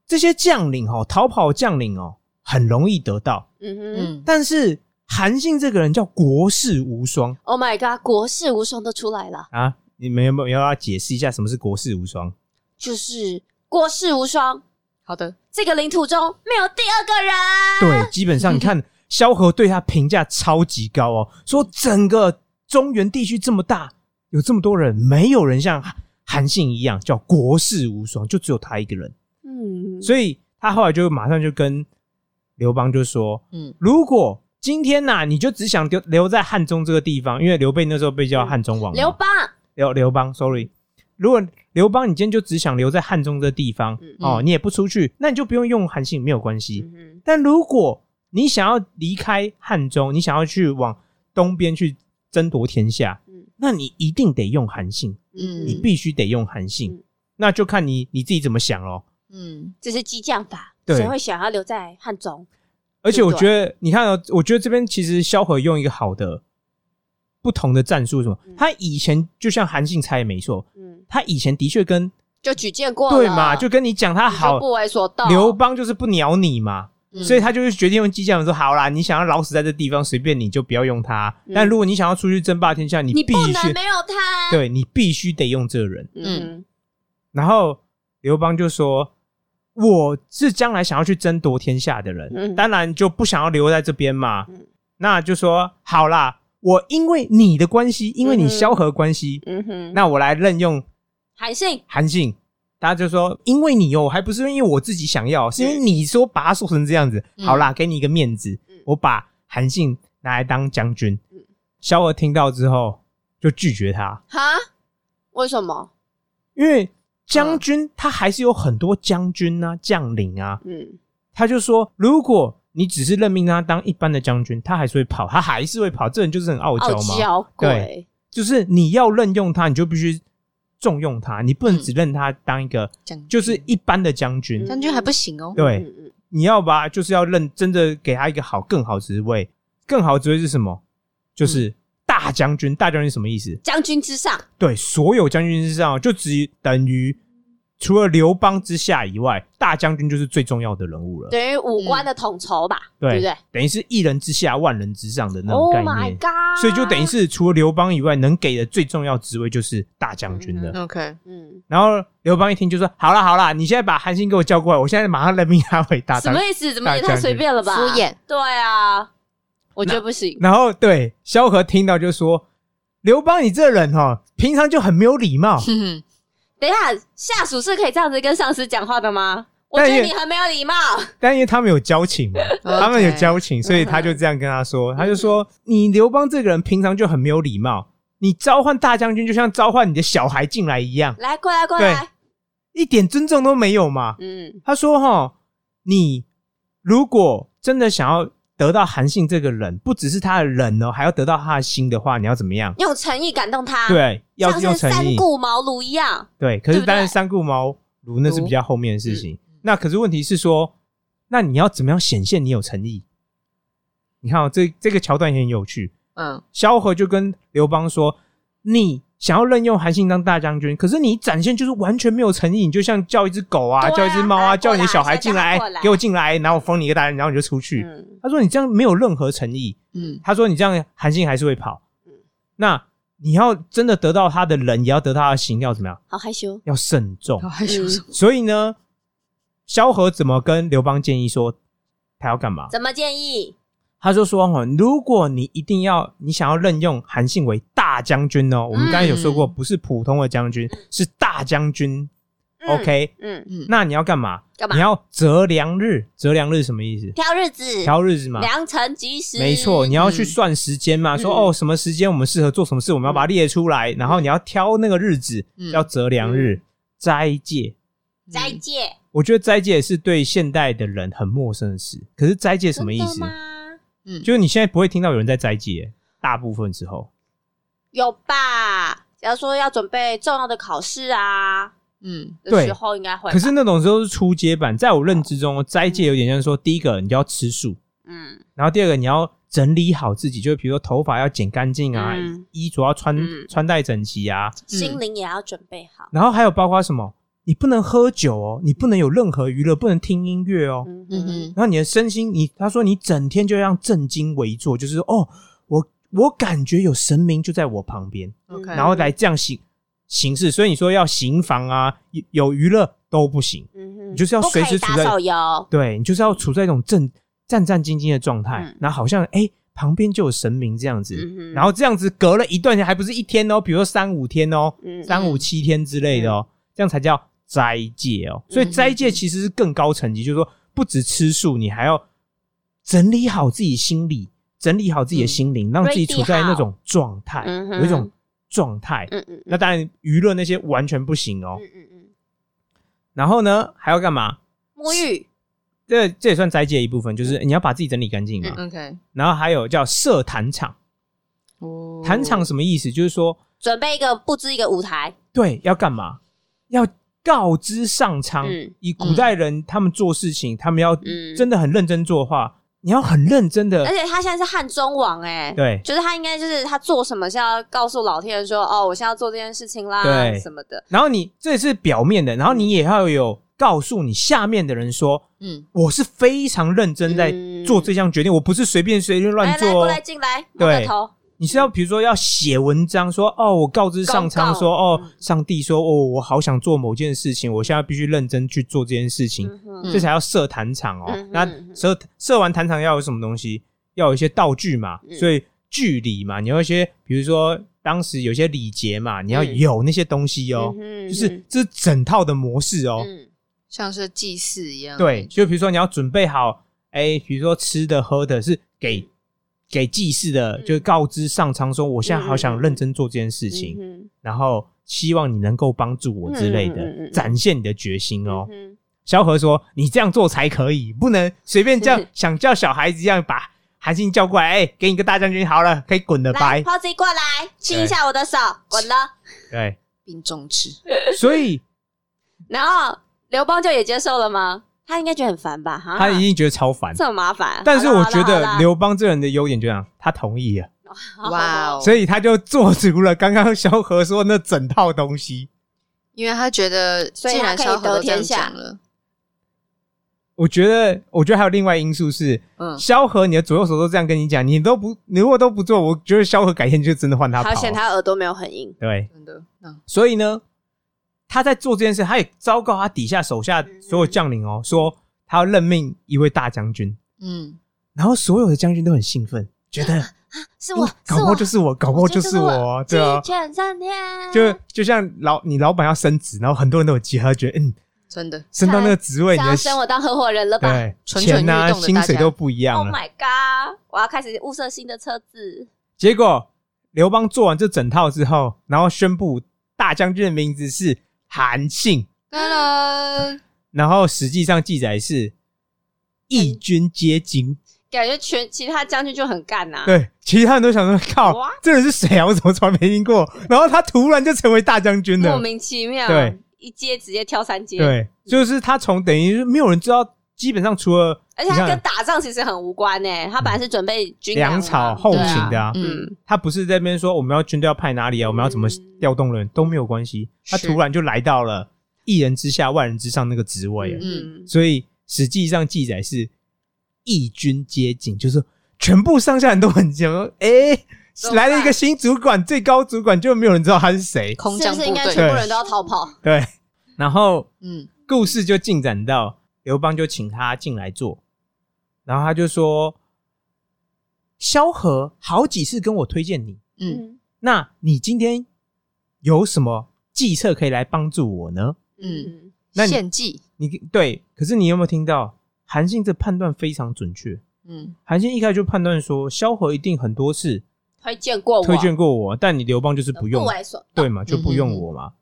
[SPEAKER 2] 这些将领哦，逃跑将领哦，很容易得到，
[SPEAKER 1] 嗯哼
[SPEAKER 3] 嗯，
[SPEAKER 2] 但是韩信这个人叫国士无双
[SPEAKER 1] ，Oh my god，国士无双都出来了，
[SPEAKER 2] 啊。你们有没有要解释一下什么是国士无双？
[SPEAKER 1] 就是国士无双，
[SPEAKER 3] 好的，
[SPEAKER 1] 这个领土中没有第二个人。
[SPEAKER 2] 对，基本上你看萧何对他评价超级高哦，说整个中原地区这么大，有这么多人，没有人像韩信一样叫国士无双，就只有他一个人。
[SPEAKER 1] 嗯，
[SPEAKER 2] 所以他后来就马上就跟刘邦就说，
[SPEAKER 3] 嗯
[SPEAKER 2] 如果今天呐、你就只想留留在汉中这个地方，因为刘备那时候被叫汉中王嘛，
[SPEAKER 1] 刘邦，
[SPEAKER 2] 刘刘邦，sorry，如果刘邦你今天就只想留在汉中这地方、
[SPEAKER 1] 嗯
[SPEAKER 2] 哦，
[SPEAKER 3] 嗯
[SPEAKER 2] 你也不出去，那你就不用用韩信没有关系。
[SPEAKER 1] 嗯
[SPEAKER 2] 但如果你想要离开汉中，你想要去往东边去争夺天下，
[SPEAKER 1] 嗯
[SPEAKER 2] 那你一定得用韩信，
[SPEAKER 1] 嗯，
[SPEAKER 2] 你
[SPEAKER 3] 嗯
[SPEAKER 2] 必须得用韩信。
[SPEAKER 1] 嗯
[SPEAKER 2] 那就看你你自己怎么想咯。
[SPEAKER 3] 嗯
[SPEAKER 1] 这是激将法，
[SPEAKER 2] 对
[SPEAKER 1] 谁会想要留在汉中？
[SPEAKER 2] 而且我
[SPEAKER 1] 对不
[SPEAKER 2] 觉得，你看、哦，我觉得这边其实萧何用一个好的不同的战术，什么
[SPEAKER 1] 嗯？
[SPEAKER 2] 他以前就像韩信猜也没错，
[SPEAKER 1] 嗯，
[SPEAKER 2] 他以前的确跟
[SPEAKER 1] 就举荐过了
[SPEAKER 2] 对嘛，就跟你讲他
[SPEAKER 1] 你就
[SPEAKER 2] 好，
[SPEAKER 1] 不为所动。
[SPEAKER 2] 刘邦就是不鸟你嘛，
[SPEAKER 3] 嗯
[SPEAKER 2] 所以他就是决定用激将法说好啦，你想要老死在这地方，随便你就不要用他。
[SPEAKER 1] 嗯
[SPEAKER 2] 但如果你想要出去争霸天下，你
[SPEAKER 1] 你
[SPEAKER 2] 必
[SPEAKER 1] 不能
[SPEAKER 2] 须
[SPEAKER 1] 没有啊他。，
[SPEAKER 2] 对你必须得用这个人。
[SPEAKER 1] 嗯
[SPEAKER 2] 然后刘邦就说：“我是将来想要去争夺天下的人，
[SPEAKER 1] 嗯
[SPEAKER 2] 当然就不想要留在这边嘛。
[SPEAKER 1] 嗯
[SPEAKER 2] 那就说好啦，我因为你的关系，因为你萧何关系，
[SPEAKER 1] 嗯哼，
[SPEAKER 2] 那我来任用
[SPEAKER 1] 韩信，
[SPEAKER 2] 韩信。大家就说，因为你哦，还不是因为我自己想要，是因为你说把他说成这样子。
[SPEAKER 3] 嗯
[SPEAKER 2] 好啦，给你一个面子
[SPEAKER 1] 嗯嗯，
[SPEAKER 2] 我把韩信拿来当将军
[SPEAKER 1] 嗯。
[SPEAKER 2] 萧何听到之后就拒绝他，
[SPEAKER 1] 哈？为什么？
[SPEAKER 2] 因为
[SPEAKER 1] 嗯
[SPEAKER 2] 将军他还是有很多将军啊、将领啊，
[SPEAKER 1] 嗯，
[SPEAKER 2] 他就说，如果你只是任命他当一般的将军，他还是会跑，他还是会跑，这人就是很傲
[SPEAKER 1] 傲
[SPEAKER 2] 娇嘛。
[SPEAKER 1] 娇鬼
[SPEAKER 2] 对，就是你要任用他，你就必须重用他，你不能只认他当一个
[SPEAKER 3] 将军
[SPEAKER 2] 就是一般的将军。
[SPEAKER 1] 嗯
[SPEAKER 3] 将军还不行哦。
[SPEAKER 2] 对
[SPEAKER 1] 嗯嗯
[SPEAKER 2] 你要吧，就是要认真的给他一个好、更好职位。更好职位是什么？
[SPEAKER 1] 嗯
[SPEAKER 2] 就是大将军。大将军是什么意思？
[SPEAKER 1] 将军之上，
[SPEAKER 2] 对，所有将军之上，就只等于除了刘邦之下以外，大将军就是最重要的人物了。
[SPEAKER 1] 等于五官的统筹吧，对
[SPEAKER 2] 嗯对
[SPEAKER 1] 不对
[SPEAKER 2] 等于是一人之下，万人之上的那种
[SPEAKER 1] ？Oh
[SPEAKER 2] 概
[SPEAKER 1] my
[SPEAKER 2] 念。
[SPEAKER 1] god！
[SPEAKER 2] 所以就等于，是除了刘邦以外，能给的最重要职位就是大将军了。
[SPEAKER 3] OK，
[SPEAKER 1] 嗯，
[SPEAKER 2] 然后刘邦一听就说：“好啦好啦，你现在把韩信给我叫过来，我现在马上任命他为大
[SPEAKER 1] 什
[SPEAKER 2] 将
[SPEAKER 1] 么。意思？怎么也太随便了吧？
[SPEAKER 3] 大将军敷衍。。
[SPEAKER 1] 对啊，我觉得不”行。
[SPEAKER 2] 然后对萧何听到就说：“刘邦，你这人哦，平常就很没有礼貌
[SPEAKER 3] 哼哼，
[SPEAKER 1] 等一下，下属是可以这样子跟上司讲话的吗？我
[SPEAKER 2] 但
[SPEAKER 1] 觉得
[SPEAKER 2] 也
[SPEAKER 1] 你很没有礼貌。
[SPEAKER 2] 但因为他们有交情 嘛，
[SPEAKER 3] OK
[SPEAKER 2] 他们有交情，所以他就这样跟他说：
[SPEAKER 1] 嗯
[SPEAKER 2] 他就说你刘邦这个人平常就很没有礼貌，你召唤大将军就像召唤你的小孩进来一样，
[SPEAKER 1] 来，过来，过来。
[SPEAKER 2] 一点尊重都没有嘛。”
[SPEAKER 1] 嗯
[SPEAKER 2] 他说：“哈，你如果真的想要得到韩信这个人，不只是他的人哦，还要得到他的心的话，你要怎么样？
[SPEAKER 1] 用诚意感动他，，
[SPEAKER 2] 对，啊要
[SPEAKER 1] 啊像
[SPEAKER 2] 用
[SPEAKER 1] 是
[SPEAKER 2] 诚
[SPEAKER 1] 三
[SPEAKER 2] 意。
[SPEAKER 1] 顾茅庐一样。
[SPEAKER 2] 对，可
[SPEAKER 1] 对嗯
[SPEAKER 2] 是
[SPEAKER 1] 不
[SPEAKER 2] 当然
[SPEAKER 1] 对
[SPEAKER 2] 三顾茅庐那是比较后面的事情。那可是问题是说，那你要怎么样显现你有诚意？你看、哦、这这个桥段也很有趣。
[SPEAKER 3] 嗯，
[SPEAKER 2] 萧何就跟刘邦说：你。”想要任用韩信当大将军，可是你展现就是完全没有诚意，你就像叫一只狗啊，
[SPEAKER 1] 对啊
[SPEAKER 2] 叫一只猫
[SPEAKER 1] 哎过来
[SPEAKER 2] 啊，叫你的小孩
[SPEAKER 1] 现在
[SPEAKER 2] 进来
[SPEAKER 1] 过来，
[SPEAKER 2] 给我进来，然后我封你一个大人，然后你就出去。
[SPEAKER 1] 嗯，
[SPEAKER 2] 他说你这样没有任何诚意。
[SPEAKER 3] 嗯，
[SPEAKER 2] 他说你这样韩信还是会跑
[SPEAKER 1] 嗯。
[SPEAKER 2] 那你要真的得到他的人，也要得到他的心，要怎么样？
[SPEAKER 1] 好害羞。
[SPEAKER 2] 要 慎重
[SPEAKER 3] 我。还
[SPEAKER 1] 嗯
[SPEAKER 3] 想说，
[SPEAKER 2] 所以呢，萧何怎么跟刘邦建议说他要干嘛？
[SPEAKER 1] 怎么建议？
[SPEAKER 2] 他就说哦，如果你一定要你想要任用韩信为大将军哦，我们刚才有说过，不是普通的将军，是大将军。
[SPEAKER 1] 嗯
[SPEAKER 2] OK，
[SPEAKER 1] 嗯，
[SPEAKER 3] 嗯，
[SPEAKER 2] 那你要干嘛？
[SPEAKER 1] 干嘛
[SPEAKER 2] 你？要择良日，择良日什么意思？
[SPEAKER 1] 挑日子，
[SPEAKER 2] 挑日子嘛，
[SPEAKER 1] 良辰吉时。
[SPEAKER 2] 没错，你要去
[SPEAKER 3] 嗯
[SPEAKER 2] 算时间嘛，说
[SPEAKER 1] 嗯
[SPEAKER 2] 哦，什么时间我们适合做什么事，我们要把它列出来，然后你要挑那个日子，
[SPEAKER 3] 嗯
[SPEAKER 2] 要择良日、斋戒。
[SPEAKER 1] 斋戒
[SPEAKER 2] 我觉得斋戒是对现代的人很陌生的事，可是斋戒什么意
[SPEAKER 1] 真
[SPEAKER 2] 思
[SPEAKER 1] 的？吗？
[SPEAKER 3] 嗯，
[SPEAKER 2] 就是你现在不会听到有人在斋戒，大部分时候
[SPEAKER 1] 有吧？假如说要准备重要的考试啊
[SPEAKER 3] 嗯
[SPEAKER 1] 的
[SPEAKER 2] 对
[SPEAKER 1] 时候，应该会吧。哦
[SPEAKER 2] 可是那种时候是初阶版，在我认知中，斋戒有点像说，第一个你就要吃素，
[SPEAKER 1] 嗯，
[SPEAKER 2] 然后第二个你要整理好自己，就是比如说头发要剪干净啊，
[SPEAKER 1] 嗯
[SPEAKER 2] 衣着要穿、
[SPEAKER 1] 嗯
[SPEAKER 2] 穿戴整齐啊，
[SPEAKER 1] 心灵也要准备好。
[SPEAKER 2] 然后还有包括什么，你不能喝酒哦，你不能有任何娱乐，不能听音乐哦。
[SPEAKER 1] 嗯
[SPEAKER 3] 嗯
[SPEAKER 1] 哼，
[SPEAKER 3] 哼，
[SPEAKER 2] 然后你的身心，你他说你整天就让正襟危坐，就是哦，我我感觉有神明就在我旁边，
[SPEAKER 3] OK
[SPEAKER 1] 嗯
[SPEAKER 2] 然后来这样行行事。所以你说要行房啊，有有娱乐都不行，
[SPEAKER 1] 嗯哼
[SPEAKER 2] 你就是要随时处
[SPEAKER 1] 不可以
[SPEAKER 2] 在
[SPEAKER 1] 打手游。
[SPEAKER 2] 对你就是要处在一种正战战兢兢的状态，
[SPEAKER 1] 嗯
[SPEAKER 2] 然后好像哎、旁边就有神明这样子，
[SPEAKER 1] 嗯哼
[SPEAKER 2] 然后这样子隔了一段，还不是一天哦，比如说三五天哦，
[SPEAKER 1] 嗯
[SPEAKER 2] 三五七天之类的哦，这样才叫斋戒哦。所以
[SPEAKER 1] 嗯
[SPEAKER 2] 斋戒其实是更高层级，就是说不止吃素，你还要整理好自己心理，整理好自己的心灵，让自己处在那种状态，
[SPEAKER 1] 嗯哼
[SPEAKER 2] 有一种状态。
[SPEAKER 1] 嗯嗯
[SPEAKER 2] 那当然，娱乐那些完全不行哦。
[SPEAKER 1] 嗯嗯嗯，
[SPEAKER 2] 然后呢，还要干嘛？
[SPEAKER 1] 沐浴
[SPEAKER 2] 这这也算斋戒的一部分，就是
[SPEAKER 1] 嗯
[SPEAKER 2] 你要把自己整理干净嘛。
[SPEAKER 3] OK，
[SPEAKER 2] 然后还有叫设坛场，
[SPEAKER 3] 哦
[SPEAKER 2] 坛场什么意思？就是说，
[SPEAKER 1] 准备一个布置一个舞台，
[SPEAKER 2] 对，要干嘛？要告知上苍。
[SPEAKER 1] 嗯
[SPEAKER 2] 以古代人他们做事情，他们要
[SPEAKER 1] 嗯，哎
[SPEAKER 2] 真的很认真做的话，你要很认真
[SPEAKER 1] 而
[SPEAKER 2] 的。
[SPEAKER 1] 且他现在是汉中王哎、
[SPEAKER 2] 对
[SPEAKER 1] 就是他应该就是他做什么是要告诉老天说哦，我现在要做这件事情啦，
[SPEAKER 2] 对
[SPEAKER 1] 什么的，
[SPEAKER 2] 然后你这是表面的，然后
[SPEAKER 1] 嗯
[SPEAKER 2] 你也要有告诉你下面的人说，
[SPEAKER 3] 嗯
[SPEAKER 2] 我是非常认真在
[SPEAKER 1] 嗯哎
[SPEAKER 2] 做这项决定，我不是随便随便
[SPEAKER 1] 来
[SPEAKER 2] 乱
[SPEAKER 1] 来
[SPEAKER 2] 做
[SPEAKER 1] 过
[SPEAKER 2] 哦
[SPEAKER 1] 来。进来，摸个
[SPEAKER 2] 对
[SPEAKER 1] 头，
[SPEAKER 2] 你是要比如说要写文章说，哦，我告知上
[SPEAKER 1] 公
[SPEAKER 2] 苍
[SPEAKER 1] 告
[SPEAKER 2] 说，哦
[SPEAKER 1] 嗯，
[SPEAKER 2] 上帝说，哦，我好想做某件事情，我现在必须认真去做这件事情。
[SPEAKER 1] 嗯哼，
[SPEAKER 2] 这才要设坛场哦
[SPEAKER 1] 嗯。
[SPEAKER 2] 那
[SPEAKER 1] 嗯嗯
[SPEAKER 2] 设设完坛场要有什么东西？要有一些道具嘛
[SPEAKER 1] 嗯，
[SPEAKER 2] 所以距离嘛，你要一些，比如说当时有些礼节嘛，你要
[SPEAKER 1] 嗯
[SPEAKER 2] 有那些东西哦。
[SPEAKER 1] 嗯哼
[SPEAKER 2] 就是这是整套的模式哦。
[SPEAKER 1] 嗯
[SPEAKER 3] 像是祭祀一样，
[SPEAKER 2] 对，，就比如说你要准备好，哎，比如说吃的喝的是给给祭祀的，
[SPEAKER 1] 嗯
[SPEAKER 2] 就告知上苍说，我现在好想认真做这件事情，
[SPEAKER 1] 嗯
[SPEAKER 2] 然后希望你能够帮助我之类的，
[SPEAKER 1] 嗯嗯嗯嗯嗯
[SPEAKER 2] 展现你的决心
[SPEAKER 1] 哼
[SPEAKER 2] 哦。
[SPEAKER 1] 嗯
[SPEAKER 2] 萧何说：“你这样做才可以，不能随 便这样想叫小孩子一样把韩信叫过来，哎、给你个大将军好了，可以滚了，
[SPEAKER 1] 哼来，
[SPEAKER 2] 拜。
[SPEAKER 1] 抛自己过来，亲一下我的手，滚了。”
[SPEAKER 2] 对，
[SPEAKER 3] 并重之。
[SPEAKER 2] 所以
[SPEAKER 1] 然后刘邦就也接受了吗？他应该觉得很烦吧？哈，
[SPEAKER 2] 他一定觉得超烦。
[SPEAKER 1] 这么麻烦。
[SPEAKER 2] 但是
[SPEAKER 1] 好啦
[SPEAKER 2] 我觉
[SPEAKER 1] 啊好啦好
[SPEAKER 2] 得
[SPEAKER 1] 啦
[SPEAKER 2] 刘邦这人的优点就这样，他同意了，
[SPEAKER 3] 哇哦！
[SPEAKER 2] 所以他就做足了刚刚萧何说那整套东西。
[SPEAKER 3] 因为他觉得
[SPEAKER 1] 所以
[SPEAKER 3] 既然
[SPEAKER 1] 他可以
[SPEAKER 3] 萧何
[SPEAKER 1] 得
[SPEAKER 3] 都这样
[SPEAKER 1] 天下
[SPEAKER 3] 讲了，
[SPEAKER 2] 我觉得，我觉得还有另外因素是，
[SPEAKER 3] 嗯，
[SPEAKER 2] 萧何你的左右手都这样跟你讲，你都不，你如果都不做，我觉得萧何改天就真的换他跑
[SPEAKER 1] 好
[SPEAKER 2] 了。
[SPEAKER 1] 险，他耳朵没有很硬。
[SPEAKER 2] 对，
[SPEAKER 3] 真的，嗯，
[SPEAKER 2] 所以呢，他在做这件事，他也昭告他底下手下所有将领哦，说他要任命一位大将军，
[SPEAKER 3] 嗯，
[SPEAKER 2] 然后所有的将军都很兴奋，觉得
[SPEAKER 1] 是我
[SPEAKER 2] 嗯，搞不好就是我，搞不好就是我，对啊，
[SPEAKER 1] 劝三天，
[SPEAKER 2] 就就像老你老板要升职，然后很多人都有集合，觉得嗯，
[SPEAKER 3] 真的，
[SPEAKER 2] 升到那个职位，你
[SPEAKER 1] 想要
[SPEAKER 2] 的
[SPEAKER 1] 升我当合伙人了吧
[SPEAKER 2] 对
[SPEAKER 3] 蠢蠢欲
[SPEAKER 2] 钱呐、
[SPEAKER 3] 动的
[SPEAKER 2] 薪
[SPEAKER 3] 大
[SPEAKER 2] 水
[SPEAKER 3] 家
[SPEAKER 2] 都不一样啊
[SPEAKER 1] ？Oh
[SPEAKER 2] 了。
[SPEAKER 1] my god！我要开始物色新的车子。
[SPEAKER 2] 结果刘邦做完这整套之后，然后宣布大将军的名字是韩信，
[SPEAKER 3] 当然，
[SPEAKER 2] 然后实际上记载是义军皆惊。
[SPEAKER 1] 感觉全其他将军就很干啊呐、
[SPEAKER 2] 对，其他人都想说靠
[SPEAKER 1] 哇，
[SPEAKER 2] 这人是谁啊？我怎么从来没听过？然后他突然就成为大将军
[SPEAKER 1] 莫
[SPEAKER 2] 了。
[SPEAKER 1] 名其妙，
[SPEAKER 2] 对，
[SPEAKER 1] 一阶直接跳三阶，，
[SPEAKER 2] 对，就是他从等于是没有人知道，基本上除了
[SPEAKER 1] 而且他
[SPEAKER 2] 你
[SPEAKER 1] 跟
[SPEAKER 2] 看
[SPEAKER 1] 打仗其实很无关呢、他本来是准备军粮
[SPEAKER 2] 粮
[SPEAKER 1] 嘛
[SPEAKER 2] 草后
[SPEAKER 1] 对
[SPEAKER 2] 勤
[SPEAKER 1] 啊
[SPEAKER 2] 的啊，
[SPEAKER 3] 嗯，
[SPEAKER 2] 他不是在那边说我们要军队要派哪里啊，我们要怎么调动人都没有关系，他
[SPEAKER 3] 是
[SPEAKER 2] 突然就来到了一人之下万人之上那个职位啊了。
[SPEAKER 1] 嗯，
[SPEAKER 2] 所以实际上记载是义军接近，就是全部上下人都很想 说，哎、
[SPEAKER 1] 怎么办
[SPEAKER 2] 来了一个新主管，最高主管就没有人知道他是 谁。
[SPEAKER 3] 空
[SPEAKER 1] 是
[SPEAKER 3] 降
[SPEAKER 1] 不
[SPEAKER 3] 部
[SPEAKER 1] 是应该
[SPEAKER 3] 队，
[SPEAKER 1] 全部人都要逃跑？
[SPEAKER 2] 对，然后
[SPEAKER 3] 嗯，
[SPEAKER 2] 故事就进展到刘邦就请他进来坐，然后他就说，萧何好几次跟我推荐你，
[SPEAKER 3] 嗯，
[SPEAKER 2] 那你今天有什么计策可以来帮助我呢？
[SPEAKER 3] 嗯
[SPEAKER 2] 那你
[SPEAKER 3] 献祭，
[SPEAKER 2] 你对，可是你有没有听到韩信这判断非常准确？
[SPEAKER 3] 嗯，
[SPEAKER 2] 韩信一开始就判断说，萧何一定很多次
[SPEAKER 1] 推荐过我，
[SPEAKER 2] 推荐过我，但你刘邦就是不用，
[SPEAKER 1] 为所动，
[SPEAKER 2] 对嘛，就不用我
[SPEAKER 1] 嗯
[SPEAKER 2] 嘛。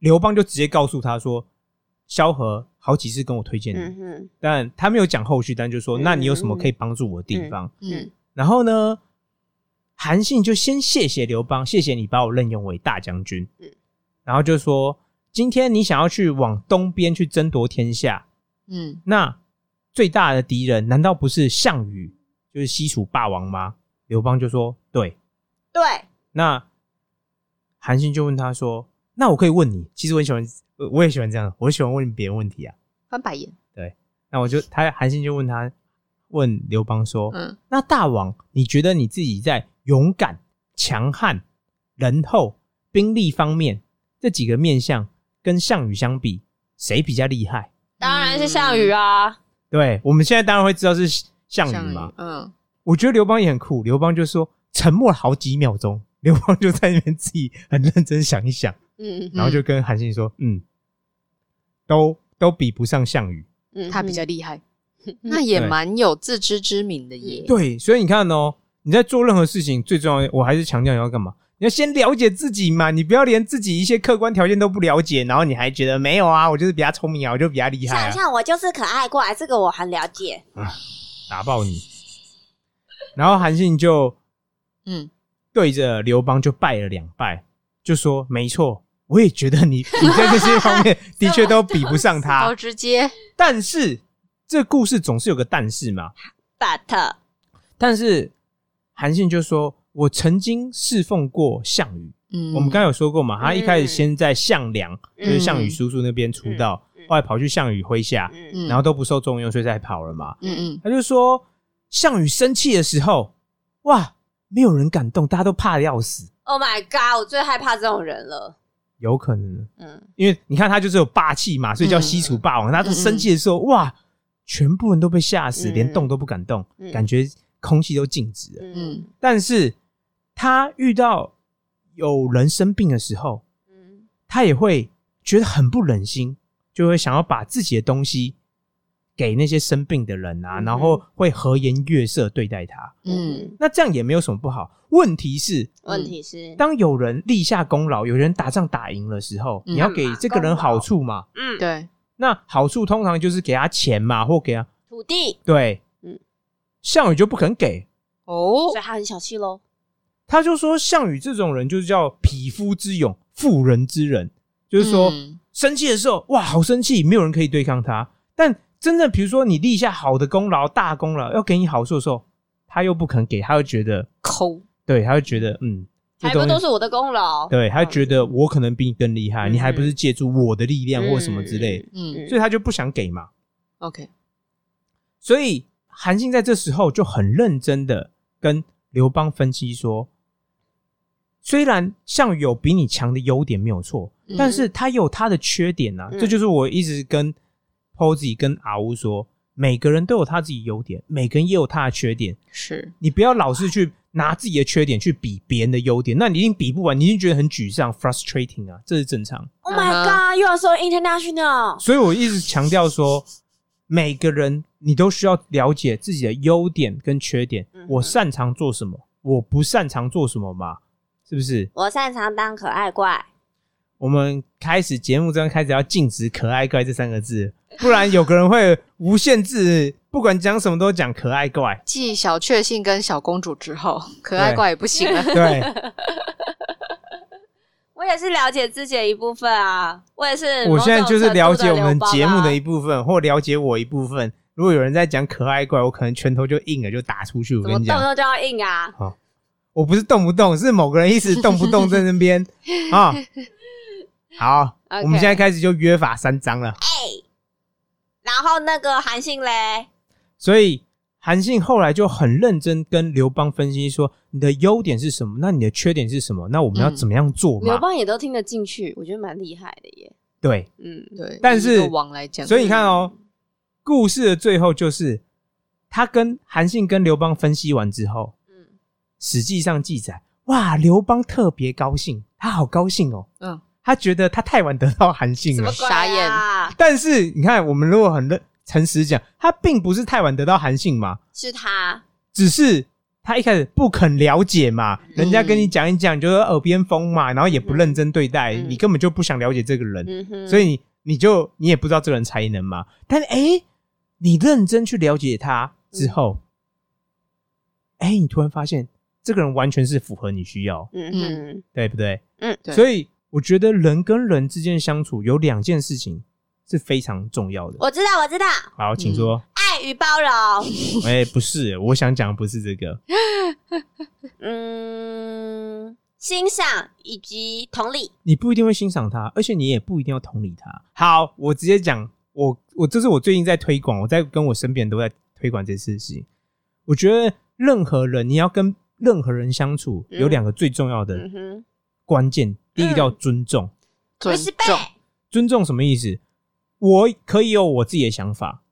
[SPEAKER 2] 刘邦就直接告诉他说，萧何好几次跟我推荐你，
[SPEAKER 1] 嗯哼，
[SPEAKER 2] 但他没有讲后续，但就说，
[SPEAKER 1] 嗯
[SPEAKER 2] 那你有什么可以帮助我的地方？
[SPEAKER 3] 嗯
[SPEAKER 2] 然后呢，韩信就先谢谢刘邦，谢谢你把我任用为大将军，
[SPEAKER 1] 嗯
[SPEAKER 2] 然后就说，今天你想要去往东边去争夺天下，
[SPEAKER 3] 嗯，
[SPEAKER 2] 那最大的敌人难道不是项羽，就是西楚霸王吗？刘邦就说：“对。
[SPEAKER 1] 对，”
[SPEAKER 2] 那韩信就问他说：“那我可以问你，其实我很喜欢，呃我也喜欢这样，我喜欢问别人问题啊。
[SPEAKER 3] 翻白眼，”
[SPEAKER 2] 那我就他韩信就问他问刘邦说：“
[SPEAKER 3] 嗯
[SPEAKER 2] 那大王，你觉得你自己在勇敢、强悍、仁厚、兵力方面这几个面相，跟项羽相比，谁比较厉害？”
[SPEAKER 1] 当然是项羽啊，
[SPEAKER 2] 对，我们现在当然会知道是项
[SPEAKER 3] 项
[SPEAKER 2] 羽嘛
[SPEAKER 3] 羽，。嗯，
[SPEAKER 2] 我觉得刘邦也很酷，刘邦就说沉默了好几秒钟， 刘邦就在那边自己很认真想一想，
[SPEAKER 1] 嗯
[SPEAKER 2] 然后就跟韩信说：“嗯，都都比不上项羽。
[SPEAKER 1] 嗯，
[SPEAKER 3] 他比较 厉害，那也
[SPEAKER 2] 对
[SPEAKER 3] 蛮有自知之明的耶”，
[SPEAKER 2] 对，所以你看哦，你在做任何事情，最重要的，我还是强调你要干嘛。你要先了解自己嘛，你不要连自己一些客观条件都不了解，然后你还觉得没有啊，我就是比他聪明啊，我就比他厉害
[SPEAKER 1] 想
[SPEAKER 2] 啊，
[SPEAKER 1] 想我就是可爱怪，这个我很了解，
[SPEAKER 2] 打爆你！然后韩信就
[SPEAKER 3] 嗯，
[SPEAKER 2] 对着刘邦就拜了两拜，就说：“没错，我也觉得你你在这些 方面的确都比不上
[SPEAKER 3] 好
[SPEAKER 2] 他。
[SPEAKER 3] 直接，
[SPEAKER 2] 但是这故事总是有个但是嘛。
[SPEAKER 1] but
[SPEAKER 2] 但是韩信就说：我曾经侍奉过项羽。
[SPEAKER 3] 嗯，
[SPEAKER 2] 我们刚刚有说过嘛，他一开始先在项梁，
[SPEAKER 1] 嗯
[SPEAKER 2] 就是项羽叔叔那边出道，
[SPEAKER 1] 嗯嗯
[SPEAKER 2] 后来跑去项羽麾下，
[SPEAKER 1] 嗯
[SPEAKER 3] 嗯，
[SPEAKER 2] 然后都不受重用，所以才跑了嘛。
[SPEAKER 3] 嗯嗯
[SPEAKER 2] 他就说，项羽生气的时候，哇，没有人敢动，大家都怕的要死。
[SPEAKER 1] ，Oh my god，我最害怕这种人了，
[SPEAKER 2] 有可能，
[SPEAKER 1] 嗯，
[SPEAKER 2] 因为你看他就是有霸气嘛，所以叫西楚霸王。他生气的时候，哇，全部人都被吓死，
[SPEAKER 1] 嗯
[SPEAKER 2] 连动都不敢动，
[SPEAKER 1] 嗯
[SPEAKER 2] 感觉空气都静止了。
[SPEAKER 1] 嗯
[SPEAKER 2] 但是他遇到有人生病的时候，
[SPEAKER 1] 嗯
[SPEAKER 2] 他也会觉得很不忍心，就会想要把自己的东西给那些生病的人啊，
[SPEAKER 1] 嗯哼
[SPEAKER 2] 然后会和颜悦色对待他。
[SPEAKER 3] 嗯，
[SPEAKER 1] 嗯，
[SPEAKER 2] 那这样也没有什么不好。问题是，
[SPEAKER 1] 问题是，
[SPEAKER 2] 当有人立下功劳，有人打仗打赢的时候，
[SPEAKER 3] 嗯
[SPEAKER 2] 你要给这个人好处嘛？
[SPEAKER 1] 嗯，
[SPEAKER 3] 对，
[SPEAKER 2] 那好处通常就是给他钱嘛，或给他
[SPEAKER 1] 土地，
[SPEAKER 2] 对，
[SPEAKER 1] 嗯
[SPEAKER 2] 项羽就不肯给，
[SPEAKER 3] 哦
[SPEAKER 1] 所以，他很小气喽。
[SPEAKER 2] 他就说项羽这种人就是叫匹夫之勇，妇人之仁，就是说、
[SPEAKER 3] 嗯
[SPEAKER 2] 生气的时候，哇，好生气，没有人可以对抗他。但真正比如说你立下好的功劳、大功劳，要给你好处的时候，他又不肯给，他又觉得，
[SPEAKER 3] 抠，
[SPEAKER 2] 对，他会觉得，嗯，这
[SPEAKER 1] 还
[SPEAKER 2] 东
[SPEAKER 1] 不都
[SPEAKER 2] 西，
[SPEAKER 1] 是我的功劳？
[SPEAKER 2] 对，他觉得我可能比你更厉害，
[SPEAKER 1] 嗯
[SPEAKER 2] 你还不是借助我的力量或什么之类的，
[SPEAKER 3] 嗯
[SPEAKER 2] 所以他就不想给嘛。
[SPEAKER 3] ，OK，
[SPEAKER 2] 所以韩信在这时候就很认真的跟刘邦分析说，虽然项羽有比你强的优点没有错，
[SPEAKER 3] 嗯
[SPEAKER 2] 但是他有他的缺点啊。
[SPEAKER 1] 嗯
[SPEAKER 2] 这就是我一直跟 Posy 跟阿乌说，每个人都有他自己优点，每个人也有他的缺点。
[SPEAKER 3] 是，
[SPEAKER 2] 你不要老是去拿自己的缺点去比别人的优点，那你一定比不完，你一定觉得很沮丧，frustrating 啊，这是正常。
[SPEAKER 1] Oh my
[SPEAKER 3] 嗯
[SPEAKER 1] god, you are so international。
[SPEAKER 2] 所以我一直强调说，每个人你都需要了解自己的优点跟缺点
[SPEAKER 1] 嗯哼。
[SPEAKER 2] 我擅长做什么，我不擅长做什么嘛？是不是？
[SPEAKER 1] 我擅长当可爱怪，
[SPEAKER 2] 我们开始节目中开始要禁止“可爱怪”这三个 字，不然有个人会无限制，不管讲什么都讲“可爱怪
[SPEAKER 3] 继小确幸跟小公主之 后，可爱怪也不行啊了”。。
[SPEAKER 2] 对，
[SPEAKER 1] 我也是了解自己的一部分啊。我也是，
[SPEAKER 2] 我现在就是了解我们节目的一
[SPEAKER 1] 部
[SPEAKER 2] 部分，或了解我一部分。如果有人在讲“可爱怪”，我可能拳头就硬了，就打出去。我
[SPEAKER 1] 怎
[SPEAKER 2] 跟
[SPEAKER 1] 么
[SPEAKER 2] 你
[SPEAKER 1] 动
[SPEAKER 2] 讲
[SPEAKER 1] 不，动就要硬啊？
[SPEAKER 2] 我不是动不动，是某个人一 直动不动在那边啊。好
[SPEAKER 1] OK
[SPEAKER 2] 我们现在开始就约法三章了。
[SPEAKER 1] 然后那个韩信嘞，
[SPEAKER 2] 所以韩信后来就很认真跟刘邦分析说，你的优点是什么？那你的缺点是什么？那我们要怎么样做嘛？
[SPEAKER 1] 嗯刘邦也都听得进去，我觉得蛮厉害的耶。
[SPEAKER 2] 对，
[SPEAKER 1] 嗯，
[SPEAKER 3] 对，
[SPEAKER 2] 但是
[SPEAKER 3] 以一个王来讲，
[SPEAKER 2] 所以你看哦，故事的最后就是他跟韩信跟刘邦分析完之后，
[SPEAKER 1] 嗯，
[SPEAKER 2] 史记上记载，哇，刘邦特别高兴，他好高兴哦，
[SPEAKER 3] 嗯，
[SPEAKER 2] 他觉得他太晚得到韩信
[SPEAKER 1] 什
[SPEAKER 2] 了
[SPEAKER 1] 么。鬼
[SPEAKER 3] 傻眼
[SPEAKER 1] 啊？
[SPEAKER 2] 但是你看，我们如果很认诚实讲，他并不是太晚得到韩信嘛，
[SPEAKER 1] 是他，
[SPEAKER 2] 只是他一开始不肯了解嘛，
[SPEAKER 1] 嗯
[SPEAKER 2] 人家跟你讲一讲，你就是耳边风嘛，然后也不认真对待，
[SPEAKER 1] 嗯
[SPEAKER 2] 你根本就不想了解这个人，
[SPEAKER 1] 嗯哼，
[SPEAKER 2] 所以你你就你也不知道这个人才能嘛。但诶，你认真去了解他之后，诶，你突然发现这个人完全是符合你需要，
[SPEAKER 1] 嗯哼，
[SPEAKER 2] 对不对？
[SPEAKER 1] 嗯，
[SPEAKER 3] 对
[SPEAKER 2] 所以我觉得人跟人之间相处有两件事情是非常重要的。
[SPEAKER 1] 我知道，我知道，
[SPEAKER 2] 好，
[SPEAKER 1] 嗯
[SPEAKER 2] 请说。
[SPEAKER 1] 爱与包容。
[SPEAKER 2] 哎、不是，我想讲的不是这个。
[SPEAKER 1] 嗯，欣赏以及同理。
[SPEAKER 2] 你不一定会欣赏他，而且你也不一定要同理他。好，我直接讲，我我这是我最近在推广，我在跟我身边人都在推广这件事情。我觉得任何人，你要跟任何人相处，
[SPEAKER 1] 嗯
[SPEAKER 2] 有两个最重要的
[SPEAKER 1] 嗯哼，
[SPEAKER 2] 关键，第一个叫尊重。
[SPEAKER 3] 尊
[SPEAKER 1] 是
[SPEAKER 3] 重，
[SPEAKER 2] 尊重什么意思？我可以有我自己的想法，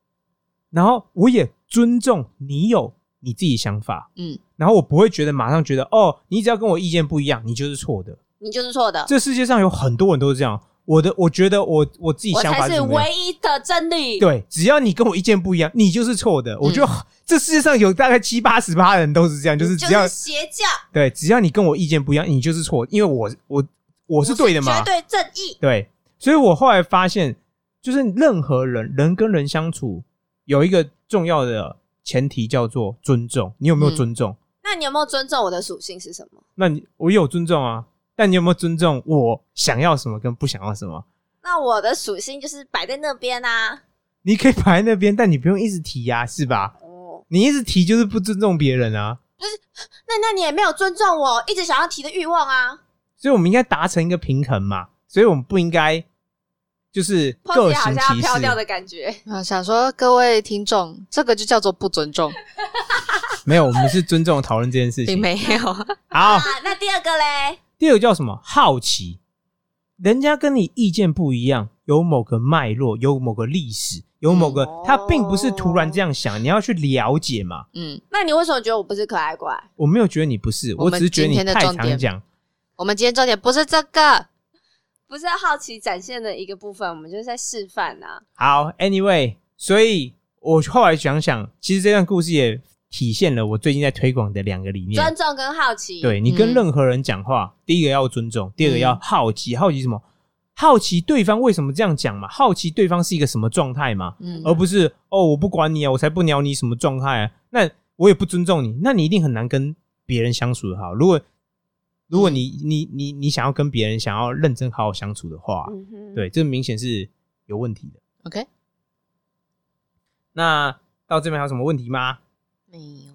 [SPEAKER 2] 然后我也尊重你有你自己想法，
[SPEAKER 3] 嗯，
[SPEAKER 2] 然后我不会觉得马上觉得哦，你只要跟我意见不一样，你就是错的。
[SPEAKER 1] 你就是错的，
[SPEAKER 2] 这世界上有很多人都是这样。我的，我觉得我我自己
[SPEAKER 1] 我
[SPEAKER 2] 想法
[SPEAKER 1] 才
[SPEAKER 2] 是
[SPEAKER 1] 是
[SPEAKER 2] 怎么样
[SPEAKER 1] 唯一的真理。，
[SPEAKER 2] 对，只要你跟我意见不一样，你就是错的。我觉得、 这世界上有大概七八十八人都是这样，就是只要、
[SPEAKER 1] 邪教，
[SPEAKER 2] 对，只要你跟我意见不一样，你就是错，因为我我我
[SPEAKER 1] 我
[SPEAKER 2] 是对的嘛
[SPEAKER 1] 绝。对正义。
[SPEAKER 2] 对，所以我后来发现，就是任何人人跟人相处有一个重要的前提叫做尊重。你有没有
[SPEAKER 3] 嗯
[SPEAKER 2] 尊重？
[SPEAKER 1] 那你有没有尊重我的属性是什么？
[SPEAKER 2] 那你我有尊重啊，但你有没有尊重我想要什么跟不想要什么？
[SPEAKER 1] 那我的属性就是摆在那边啊。
[SPEAKER 2] 你可以摆在那边，但你不用一直提呀、是吧？
[SPEAKER 1] 哦，
[SPEAKER 2] 你一直提就是不尊重别人啊。
[SPEAKER 1] 那那你也没有尊重我一直想要提的欲望啊。
[SPEAKER 2] 所以我们应该达成一个平衡嘛。所以我们不应该就是各
[SPEAKER 1] Posy 好
[SPEAKER 2] 行
[SPEAKER 1] 像
[SPEAKER 2] 其
[SPEAKER 1] 要飘掉
[SPEAKER 2] 事。
[SPEAKER 1] 的感觉。
[SPEAKER 3] 啊，想说各位听众，这个就叫做不尊重，
[SPEAKER 2] 没有，我们是尊重讨论这件事
[SPEAKER 3] 并
[SPEAKER 2] 情。
[SPEAKER 3] 没 有，
[SPEAKER 2] 好，
[SPEAKER 1] 啊，那第二个嘞，
[SPEAKER 2] 第二个叫什么？好奇。人家跟你意见不一样，有某个脉络，有某个历史，有某个、
[SPEAKER 1] 嗯
[SPEAKER 2] 他并不是突然这样想，你要去了解嘛。
[SPEAKER 3] 嗯，
[SPEAKER 1] 那你为什么觉得我不是可爱怪？
[SPEAKER 2] 我没有觉得你不是，
[SPEAKER 3] 我
[SPEAKER 2] 我
[SPEAKER 3] 们
[SPEAKER 2] 只是觉得你
[SPEAKER 3] 今天的
[SPEAKER 2] 太
[SPEAKER 3] 重
[SPEAKER 2] 常
[SPEAKER 3] 点
[SPEAKER 2] 讲。
[SPEAKER 3] 我们今天重点不是这个，
[SPEAKER 1] 不是好奇展现的一个部分，我们就是在示范啊。
[SPEAKER 2] 好，anyway，所以我后来想想，其实这段故事也体现了我最近在推广的两个理念：
[SPEAKER 1] 尊重跟好奇，
[SPEAKER 2] 对你跟
[SPEAKER 3] 嗯
[SPEAKER 2] 任何人讲话，第一个要尊重，第二个要
[SPEAKER 3] 嗯
[SPEAKER 2] 好奇。好奇什么？好奇对方为什么这样讲嘛？好奇对方是一个什么状态嘛？
[SPEAKER 3] 嗯
[SPEAKER 2] 而不是哦，我不管你啊，我才不鸟你什么状态啊，那我也不尊重你，那你一定很难跟别人相处的好。如果如果你、你你你想要跟别人想要认真好好相处的话，
[SPEAKER 1] 嗯哼，
[SPEAKER 2] 对，这明显是有问题的。
[SPEAKER 3] OK，
[SPEAKER 2] 那到这边还有什么问题吗？
[SPEAKER 3] 没有，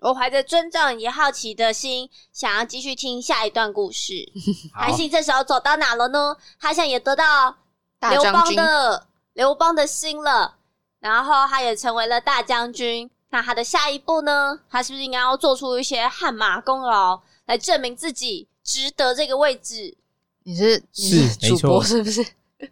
[SPEAKER 1] 我怀着尊重也好奇的心，想要继续听下一段故事。韩信这时候走到哪了呢？他想也得到
[SPEAKER 3] 大
[SPEAKER 1] 刘
[SPEAKER 3] 将
[SPEAKER 1] 邦
[SPEAKER 3] 军
[SPEAKER 1] 的刘邦的心了，然后他也成为了大将军。那他的下一步呢？他是不是应该要做出一些汗马功劳来证明自己值得这个位置？
[SPEAKER 3] 你是你
[SPEAKER 2] 是没
[SPEAKER 3] 主播
[SPEAKER 2] 错
[SPEAKER 3] 是不是？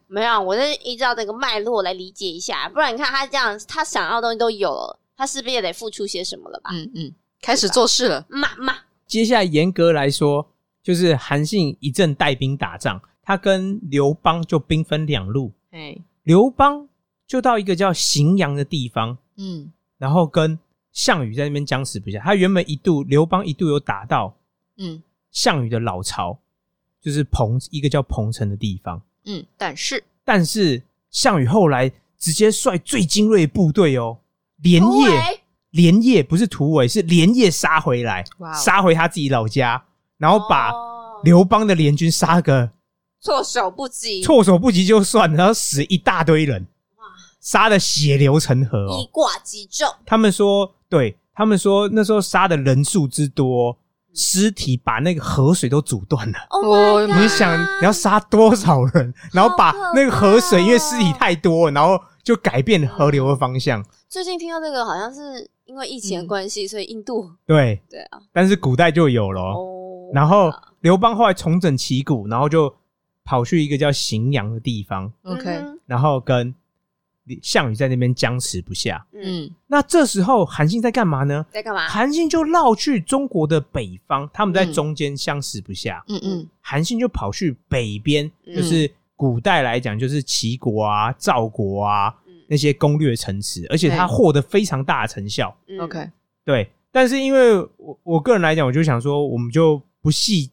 [SPEAKER 1] 没有，啊我是依照那个脉络来理解一下，不然你看他这样，他想要的东西都有了，他是不是也得付出些什么了吧？
[SPEAKER 3] 嗯嗯，开始做事了。
[SPEAKER 1] 妈妈，
[SPEAKER 2] 接下来严格来说，就是韩信一阵带兵打仗，他跟刘邦就兵分两路，
[SPEAKER 3] 哎，
[SPEAKER 2] 刘邦就到一个叫荥阳的地方，
[SPEAKER 3] 嗯
[SPEAKER 2] 然后跟项羽在那边僵持不下。他原本一度刘邦一度有打到
[SPEAKER 3] 嗯
[SPEAKER 2] 项羽的老巢，就是彭一个叫彭城的地方，
[SPEAKER 3] 嗯，但是
[SPEAKER 2] 但是项羽后来直接率最精锐的部队哦，连
[SPEAKER 1] 突
[SPEAKER 2] 夜
[SPEAKER 1] 围
[SPEAKER 2] 连夜不是突围，是连夜杀回来，
[SPEAKER 3] 哇哦
[SPEAKER 2] 杀回他自己老家，然后把
[SPEAKER 1] 哦
[SPEAKER 2] 刘邦的联军杀个
[SPEAKER 1] 措手不及，
[SPEAKER 2] 措手不及就算了，然后死一大堆人，杀的血流成河哦，
[SPEAKER 1] 一挂即中，
[SPEAKER 2] 他们说，对他们说那时候杀的人数之多，尸体把那个河水都阻断了。
[SPEAKER 1] 哦、
[SPEAKER 3] 我
[SPEAKER 1] oh my
[SPEAKER 3] 啊
[SPEAKER 1] god，
[SPEAKER 2] 你想你要杀多少人，然后把那个河水，因为尸体太多，然后就改变河流的方向。
[SPEAKER 1] 最近听到这个好像是因为疫情的关系，所以印度
[SPEAKER 2] 对
[SPEAKER 1] 对啊，
[SPEAKER 2] 但是古代就有了哦。
[SPEAKER 1] 哦，
[SPEAKER 2] 然后刘邦后来重整旗鼓，然后就跑去一个叫荥阳的地方，
[SPEAKER 1] 嗯
[SPEAKER 3] OK，
[SPEAKER 1] 哼
[SPEAKER 2] 然后跟项羽在那边僵持不下。
[SPEAKER 1] 嗯，
[SPEAKER 3] 嗯
[SPEAKER 2] 那这时候韩信在干嘛呢？
[SPEAKER 1] 在干嘛？嗯
[SPEAKER 2] 韩信就绕去中国的北方，他们在
[SPEAKER 3] 嗯
[SPEAKER 2] 中间相持不下。
[SPEAKER 3] 嗯嗯
[SPEAKER 2] 韩信就跑去北边，
[SPEAKER 1] 嗯
[SPEAKER 2] 就是古代来讲，就是齐国啊、赵国啊
[SPEAKER 1] 嗯
[SPEAKER 2] 那些攻略城池，而且他
[SPEAKER 3] 对
[SPEAKER 2] 获得非常大的成效。
[SPEAKER 1] 嗯
[SPEAKER 3] OK，
[SPEAKER 2] 对，但是因为我我个人来讲，我就想说，我们就不细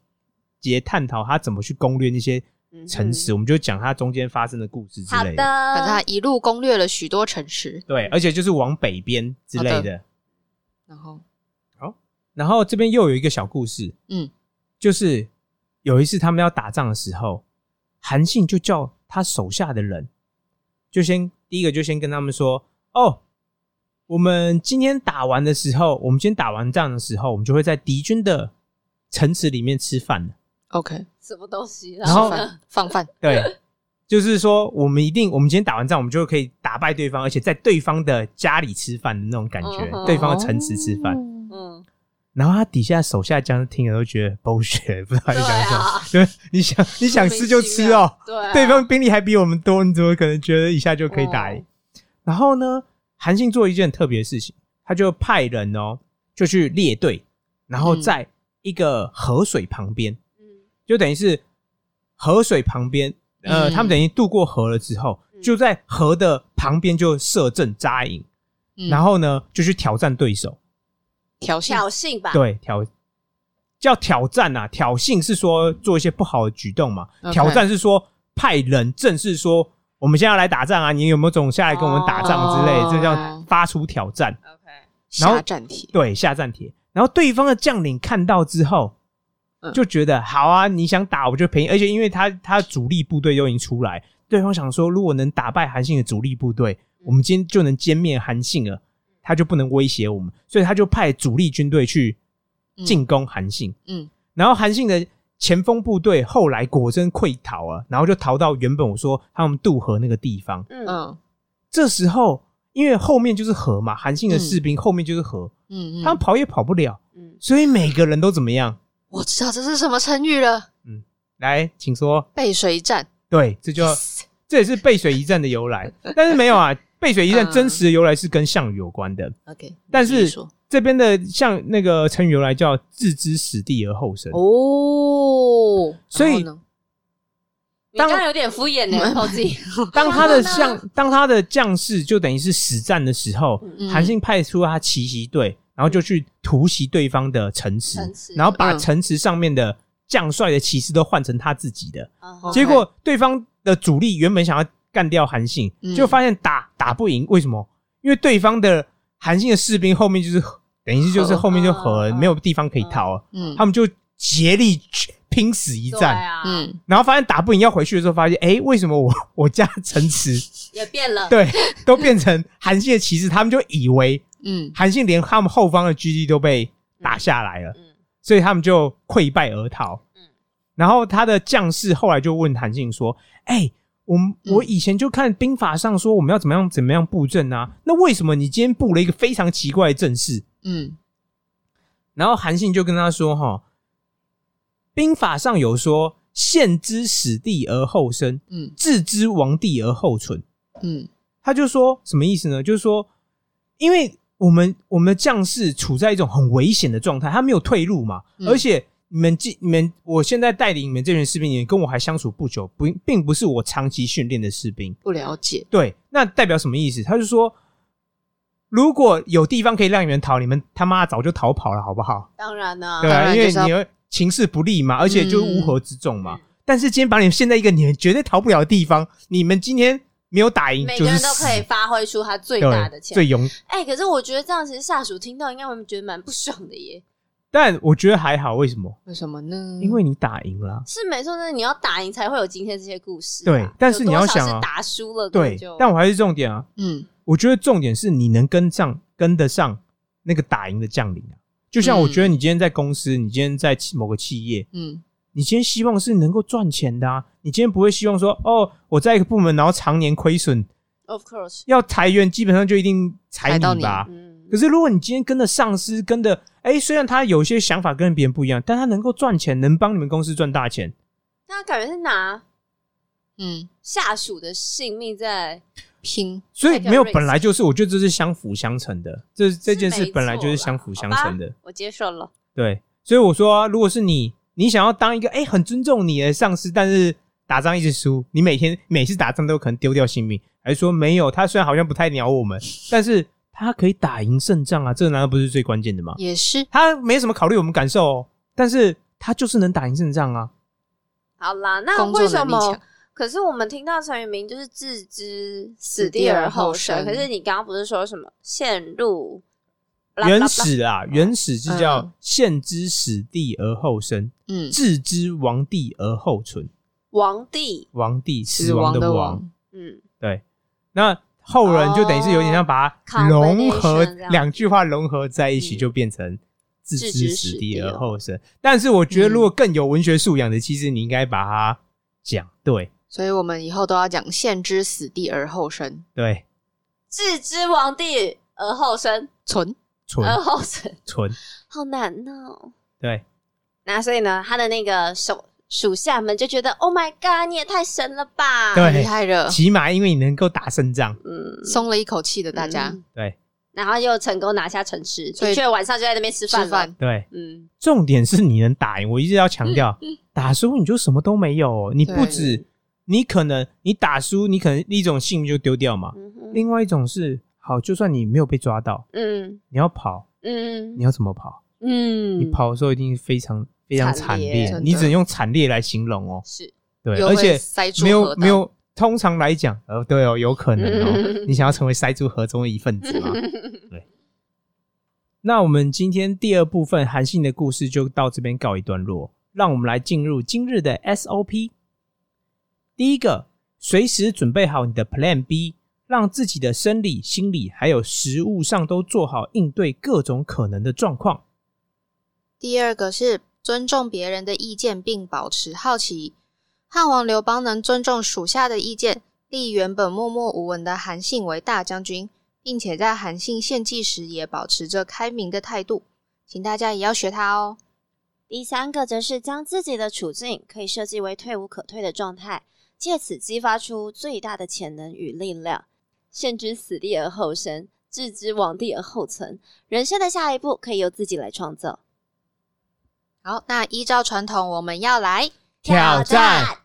[SPEAKER 2] 节探讨他怎么去攻略那些城池，我们就讲他中间发生的故事之
[SPEAKER 1] 好
[SPEAKER 2] 类
[SPEAKER 1] 的，
[SPEAKER 2] 的。
[SPEAKER 3] 反正他一路攻略了许多城市，
[SPEAKER 2] 对，而且就是往北边之类
[SPEAKER 3] 好
[SPEAKER 2] 的。
[SPEAKER 3] 然后
[SPEAKER 2] 然后这边又有一个小故事，
[SPEAKER 3] 嗯
[SPEAKER 2] 就是有一次他们要打仗的时候，韩信就叫他手下的人，就先第一个就先跟他们说：“哦，我们今天打完的时候，我们今天打完仗的时候，我们就会在敌军的城池里面吃饭的。
[SPEAKER 3] OK，
[SPEAKER 1] 什么东西？
[SPEAKER 2] 然后
[SPEAKER 3] 吃饭 放饭，
[SPEAKER 2] 对，就是说我们一定，我们今天打完仗，我们就可以打败对方，而且在对方的家里吃饭的那种感觉，
[SPEAKER 1] 嗯
[SPEAKER 2] 对方的城池吃饭。
[SPEAKER 3] 哦
[SPEAKER 1] 嗯，
[SPEAKER 2] 然后他底下手下将士听了都觉得 bullshit，不知 道在
[SPEAKER 1] 对
[SPEAKER 2] 想什么。
[SPEAKER 1] 啊，
[SPEAKER 2] 对，你想你想吃就吃哦，
[SPEAKER 1] 莫名其妙，对啊，
[SPEAKER 2] 对方兵力还比我们多，你怎么可能觉得一下就可以打
[SPEAKER 1] 哦
[SPEAKER 2] 赢？然后呢，韩信做一件很特别的事情，他就派人哦，就去列队，然后
[SPEAKER 3] 嗯
[SPEAKER 2] 在一个河水旁边，
[SPEAKER 1] 嗯
[SPEAKER 2] 就等于是河水旁边，呃，
[SPEAKER 3] 嗯
[SPEAKER 2] 他们等于渡过河了之后，
[SPEAKER 1] 嗯
[SPEAKER 2] 就在河的旁边就设阵扎营，
[SPEAKER 3] 嗯
[SPEAKER 2] 然后呢就去挑战对手，
[SPEAKER 3] 调戏，
[SPEAKER 1] 挑衅吧，
[SPEAKER 2] 对挑。叫挑战啊，挑衅是说做一些不好的举动嘛
[SPEAKER 3] OK
[SPEAKER 2] 挑战是说派人正式说我们现在要来打仗啊，你有没有种下来跟我们打仗之类
[SPEAKER 3] 哦
[SPEAKER 2] 这叫发出挑战，
[SPEAKER 1] ，OK，
[SPEAKER 2] 然后
[SPEAKER 3] 下战帖，
[SPEAKER 2] 对下战帖。然后对方的将领看到之后，
[SPEAKER 3] 嗯
[SPEAKER 2] 就觉得好啊，你想打我就陪你，而且因为他他主力部队都已经出来，对方想说如果能打败韩信的主力部队，我们今天就能歼灭韩信了，他就不能威胁我们，所以他就派主力军队去进攻韩信。
[SPEAKER 3] 嗯
[SPEAKER 2] 然后韩信的前锋部队后来果真溃逃啊，然后就逃到原本我说他们渡河那个地方。
[SPEAKER 1] 嗯
[SPEAKER 3] 嗯
[SPEAKER 2] 这时候，因为后面就是河嘛，韩信的士兵后面就是河，
[SPEAKER 3] 嗯嗯，
[SPEAKER 2] 他们跑也跑不了，
[SPEAKER 1] 嗯，
[SPEAKER 2] 所以每个人都怎么样？
[SPEAKER 3] 我知道这是什么成语了，
[SPEAKER 2] 来，请说。
[SPEAKER 3] 背水一战，
[SPEAKER 2] 对，这就这也是背水一战的由来， 但是没有啊，背水一战
[SPEAKER 3] 嗯
[SPEAKER 2] 真实的由来是跟项羽有关的。
[SPEAKER 3] OK，
[SPEAKER 2] 但
[SPEAKER 3] 嗯你自己
[SPEAKER 2] 是
[SPEAKER 3] 说
[SPEAKER 2] 这边的像那个成语由来叫置之死地而后生，
[SPEAKER 3] 哦，
[SPEAKER 2] 所以
[SPEAKER 3] 然后呢
[SPEAKER 1] 你刚刚有点敷衍呢，靠自 己。
[SPEAKER 2] 当他的将当他的将士就等于是死战的时候，
[SPEAKER 1] 嗯
[SPEAKER 3] 啊嗯
[SPEAKER 2] 韩信派出他奇袭队，然后就去突袭对方的城池
[SPEAKER 1] 城池，
[SPEAKER 2] 然后把
[SPEAKER 3] 嗯
[SPEAKER 2] 城池上面的将帅的骑士都换成他自己的。
[SPEAKER 1] 啊
[SPEAKER 3] 哦 OK
[SPEAKER 2] 结果对方的主力原本想要干掉韩信，
[SPEAKER 3] 嗯
[SPEAKER 2] 就发现打打不赢，为什么？因为对方的韩信的士兵后面就是等于是就是
[SPEAKER 3] 合
[SPEAKER 2] 后面就合了，
[SPEAKER 1] 嗯
[SPEAKER 2] 没有地方可以逃了，
[SPEAKER 3] 嗯
[SPEAKER 2] 他们就竭力去拼死一
[SPEAKER 1] 对
[SPEAKER 2] 战。
[SPEAKER 1] 啊，
[SPEAKER 3] 嗯，
[SPEAKER 2] 然后发现打不赢要回去的时候，发现哎，诶为什么我 我家城池
[SPEAKER 1] 也变了，
[SPEAKER 2] 对都变成韩信的骑士？他们就以为
[SPEAKER 3] 嗯，
[SPEAKER 2] 韩信连他们后方的居地都被打下来了，
[SPEAKER 1] 嗯
[SPEAKER 2] 所以他们就溃败而逃。
[SPEAKER 1] 嗯
[SPEAKER 2] 然后他的将士后来就问韩信说：“哎、我们
[SPEAKER 3] 嗯
[SPEAKER 2] 我以前就看兵法上说我们要怎么样怎么样布阵啊，那为什么你今天布了一个非常奇怪的阵势
[SPEAKER 3] 嗯，？”
[SPEAKER 2] 然后韩信就跟他说：“哈，兵法上有说，陷之死地而后生，
[SPEAKER 3] 嗯，
[SPEAKER 2] 置之亡地而后蠢。”
[SPEAKER 3] 嗯，
[SPEAKER 2] 他就说什么意思呢？就是说，因为我们我们的将士处在一种很危险的状态，他没有退路嘛，
[SPEAKER 3] 嗯
[SPEAKER 2] 而且你们既你们我现在带领你们这群士兵，你们跟我还相处不久，不并不是我长期训练的士兵。
[SPEAKER 3] 不了解，
[SPEAKER 2] 对，那代表什么意思？他就说，如果有地方可以让你们逃，你们他妈早就逃跑了，好不好？
[SPEAKER 1] 当然呢
[SPEAKER 2] 对，
[SPEAKER 3] 当
[SPEAKER 2] 啊，
[SPEAKER 3] 然
[SPEAKER 2] 因为
[SPEAKER 3] 就是要
[SPEAKER 2] 你们情势不利嘛，而且就是乌合之众嘛。
[SPEAKER 1] 嗯
[SPEAKER 2] 但是今天把你们陷在一个你们绝对逃不了的地方，你们今天没有打赢，
[SPEAKER 1] 每
[SPEAKER 2] 就
[SPEAKER 1] 个
[SPEAKER 2] 是
[SPEAKER 1] 人都可以
[SPEAKER 2] 死
[SPEAKER 1] 发挥出他最
[SPEAKER 2] 对
[SPEAKER 1] 大的潜
[SPEAKER 2] 最
[SPEAKER 1] 力。
[SPEAKER 2] 勇。
[SPEAKER 1] 哎，可是我觉得这样，其实下属听到应该会觉得蛮不爽的耶。
[SPEAKER 2] 但我觉得还好，为什么？
[SPEAKER 3] 为什么呢？
[SPEAKER 2] 因为你打赢了啊，
[SPEAKER 1] 是没错，那你要打赢才会有今天这些故事啊。
[SPEAKER 2] 对但是
[SPEAKER 1] 有多
[SPEAKER 2] 你要
[SPEAKER 1] 少
[SPEAKER 2] 想
[SPEAKER 1] 是
[SPEAKER 2] 啊
[SPEAKER 1] 打输了，
[SPEAKER 2] 对。但我还是重点啊，
[SPEAKER 3] 嗯，
[SPEAKER 2] 我觉得重点是你能跟上、跟得上那个打赢的将领啊。就像我觉得你今天在公司，你今天在某个企业，
[SPEAKER 3] 嗯，
[SPEAKER 2] 你今天希望是能够赚钱的啊。你今天不会希望说，哦，我在一个部门然后常年亏损，
[SPEAKER 1] of course，
[SPEAKER 2] 要裁员基本上就一定裁
[SPEAKER 3] 裁到
[SPEAKER 2] 你
[SPEAKER 3] 你
[SPEAKER 2] 吧。
[SPEAKER 1] 嗯
[SPEAKER 2] 可，是如果你今天跟着上司，跟着哎，虽然他有些想法跟别人不一样，但他能够赚钱，能帮你们公司赚大钱，
[SPEAKER 1] 那感觉是拿
[SPEAKER 3] 嗯，
[SPEAKER 1] 下属的性命在
[SPEAKER 3] 拼，
[SPEAKER 2] 所以
[SPEAKER 1] Take a
[SPEAKER 2] 没有
[SPEAKER 1] risk
[SPEAKER 2] 本来就是，我觉得这是相辅相成的，这这件事本来就是相辅相成
[SPEAKER 1] 是没错啦好
[SPEAKER 2] 的
[SPEAKER 1] 吧，我接受了，
[SPEAKER 2] 对。所以我说啊、如果是你，你想要当一个哎、诶很尊重你的上司，但是打仗一直输，你每天每次打仗都可能丢掉性命，还是说没有？他虽然好像不太 鸟我们，但是他可以打赢胜仗啊，这难道不是最关键的吗？
[SPEAKER 3] 也是，
[SPEAKER 2] 他没什么考虑我们感受、哦，但是他就是能打赢胜仗啊。
[SPEAKER 1] 好啦，那
[SPEAKER 3] 工作
[SPEAKER 1] 为什
[SPEAKER 3] 能力
[SPEAKER 1] 么
[SPEAKER 3] 强？，
[SPEAKER 1] 可是我们听到陈宇明就是置之死
[SPEAKER 3] 死
[SPEAKER 1] 地
[SPEAKER 3] 地
[SPEAKER 1] 而
[SPEAKER 3] 而后
[SPEAKER 1] 后生，
[SPEAKER 3] 生
[SPEAKER 1] 可是你刚刚不是说什么陷入啦啦啦
[SPEAKER 2] 原始啊，原始就叫
[SPEAKER 3] 嗯
[SPEAKER 2] 陷之死地而后生，
[SPEAKER 3] 嗯，
[SPEAKER 2] 置之亡地而后存。
[SPEAKER 1] 王帝？
[SPEAKER 2] 王帝，死
[SPEAKER 3] 死
[SPEAKER 2] 亡
[SPEAKER 3] 亡
[SPEAKER 2] 的王。
[SPEAKER 3] 王，
[SPEAKER 1] 嗯，
[SPEAKER 2] 对，那后人就等于是有点像把它
[SPEAKER 1] 哦
[SPEAKER 2] 融合
[SPEAKER 1] combination 这样
[SPEAKER 2] 两句话融合在一起，
[SPEAKER 1] 嗯
[SPEAKER 2] 就变成置
[SPEAKER 3] 置
[SPEAKER 2] 之
[SPEAKER 3] 之
[SPEAKER 2] 死
[SPEAKER 3] 死
[SPEAKER 2] 地
[SPEAKER 3] 地
[SPEAKER 2] 而
[SPEAKER 3] 而
[SPEAKER 2] 后生。但是我觉得，如果更有文学素养的，其实你应该把它讲对，
[SPEAKER 3] 所以我们以后都要讲“陷之死地而后生
[SPEAKER 2] 对，
[SPEAKER 1] 置之王帝而后生，”，
[SPEAKER 3] 存，
[SPEAKER 2] 存
[SPEAKER 1] 而后生，
[SPEAKER 2] 存，
[SPEAKER 1] 好难哦。
[SPEAKER 2] 对，
[SPEAKER 1] 那所以呢，他的那个手属下们就觉得，Oh my God，你也太神了吧！
[SPEAKER 2] 对
[SPEAKER 3] 厉害了，
[SPEAKER 2] 起码因为你能够打胜仗，
[SPEAKER 1] 嗯，
[SPEAKER 3] 松了一口气的大家
[SPEAKER 1] 嗯，
[SPEAKER 2] 对
[SPEAKER 1] 然后又成功拿下城池，
[SPEAKER 3] 所以
[SPEAKER 1] 的确晚上就在那边吃饭
[SPEAKER 3] 吃
[SPEAKER 1] 了。
[SPEAKER 3] 饭，
[SPEAKER 2] 对。
[SPEAKER 1] 嗯，
[SPEAKER 2] 重点是你能打赢，我一直要强调，打输你就什么都没有哦、你不
[SPEAKER 3] 对
[SPEAKER 2] 止，你可能你打输，你可能一种性命就丢掉嘛，
[SPEAKER 1] 嗯哼
[SPEAKER 2] 另外一种是，好，就算你没有被抓到，
[SPEAKER 1] 嗯
[SPEAKER 2] 你要跑，
[SPEAKER 1] 嗯
[SPEAKER 2] 你要怎么跑？
[SPEAKER 1] 嗯，
[SPEAKER 2] 你跑的时候一定非常非常惨烈，
[SPEAKER 3] 惨烈
[SPEAKER 2] 你只能
[SPEAKER 3] 真的
[SPEAKER 2] 用惨烈来形容哦。
[SPEAKER 1] 是
[SPEAKER 2] 对，
[SPEAKER 3] 又
[SPEAKER 2] 而且
[SPEAKER 3] 会塞住
[SPEAKER 2] 没有
[SPEAKER 3] 河道
[SPEAKER 2] 没有，通常来讲，呃，对哦，有可能哦
[SPEAKER 1] 嗯，
[SPEAKER 2] 你想要成为塞住河中的一份子吗？对。那我们今天第二部分韩信的故事就到这边告一段落，让我们来进入今日的 SOP。第一个，随时准备好你的 Plan B，让自己的生理、心理还有食物上都做好应对各种可能的状况。
[SPEAKER 3] 第二个是尊重别人的意见，并保持好奇。汉王刘邦能尊重属下的意见，立原本默默无闻的韩信为大将军，并且在韩信献计时也保持着开明的态度。请大家也要学他哦。
[SPEAKER 1] 第三个，则是将自己的处境可以设计为退无可退的状态，借此激发出最大的潜能与力量，陷之死地而后生，置之亡地而后存。人生的下一步可以由自己来创造。
[SPEAKER 3] 好，那依照传统，我们要来
[SPEAKER 1] 挑战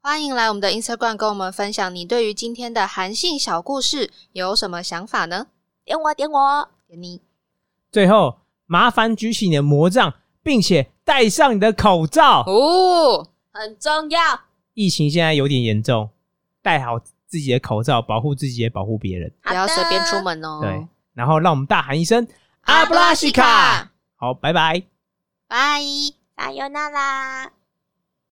[SPEAKER 3] 欢迎来我们的 Instagram 跟我们分享你对于今天的韩信小故事有什么想法呢？
[SPEAKER 1] 点我点我，
[SPEAKER 3] 点你
[SPEAKER 2] 最后，麻烦举起你的魔杖，并且戴上你的口罩。
[SPEAKER 3] 哦，
[SPEAKER 1] 很重要。
[SPEAKER 2] 疫情现在有点严重，戴好自己的口罩，保护自己也保护别人。
[SPEAKER 3] 不要随便出
[SPEAKER 1] 门。
[SPEAKER 3] 门哦。
[SPEAKER 2] 对，然后让我们大喊一声“阿布拉西卡”。好，拜拜。
[SPEAKER 3] 拜。
[SPEAKER 1] 撒由那拉。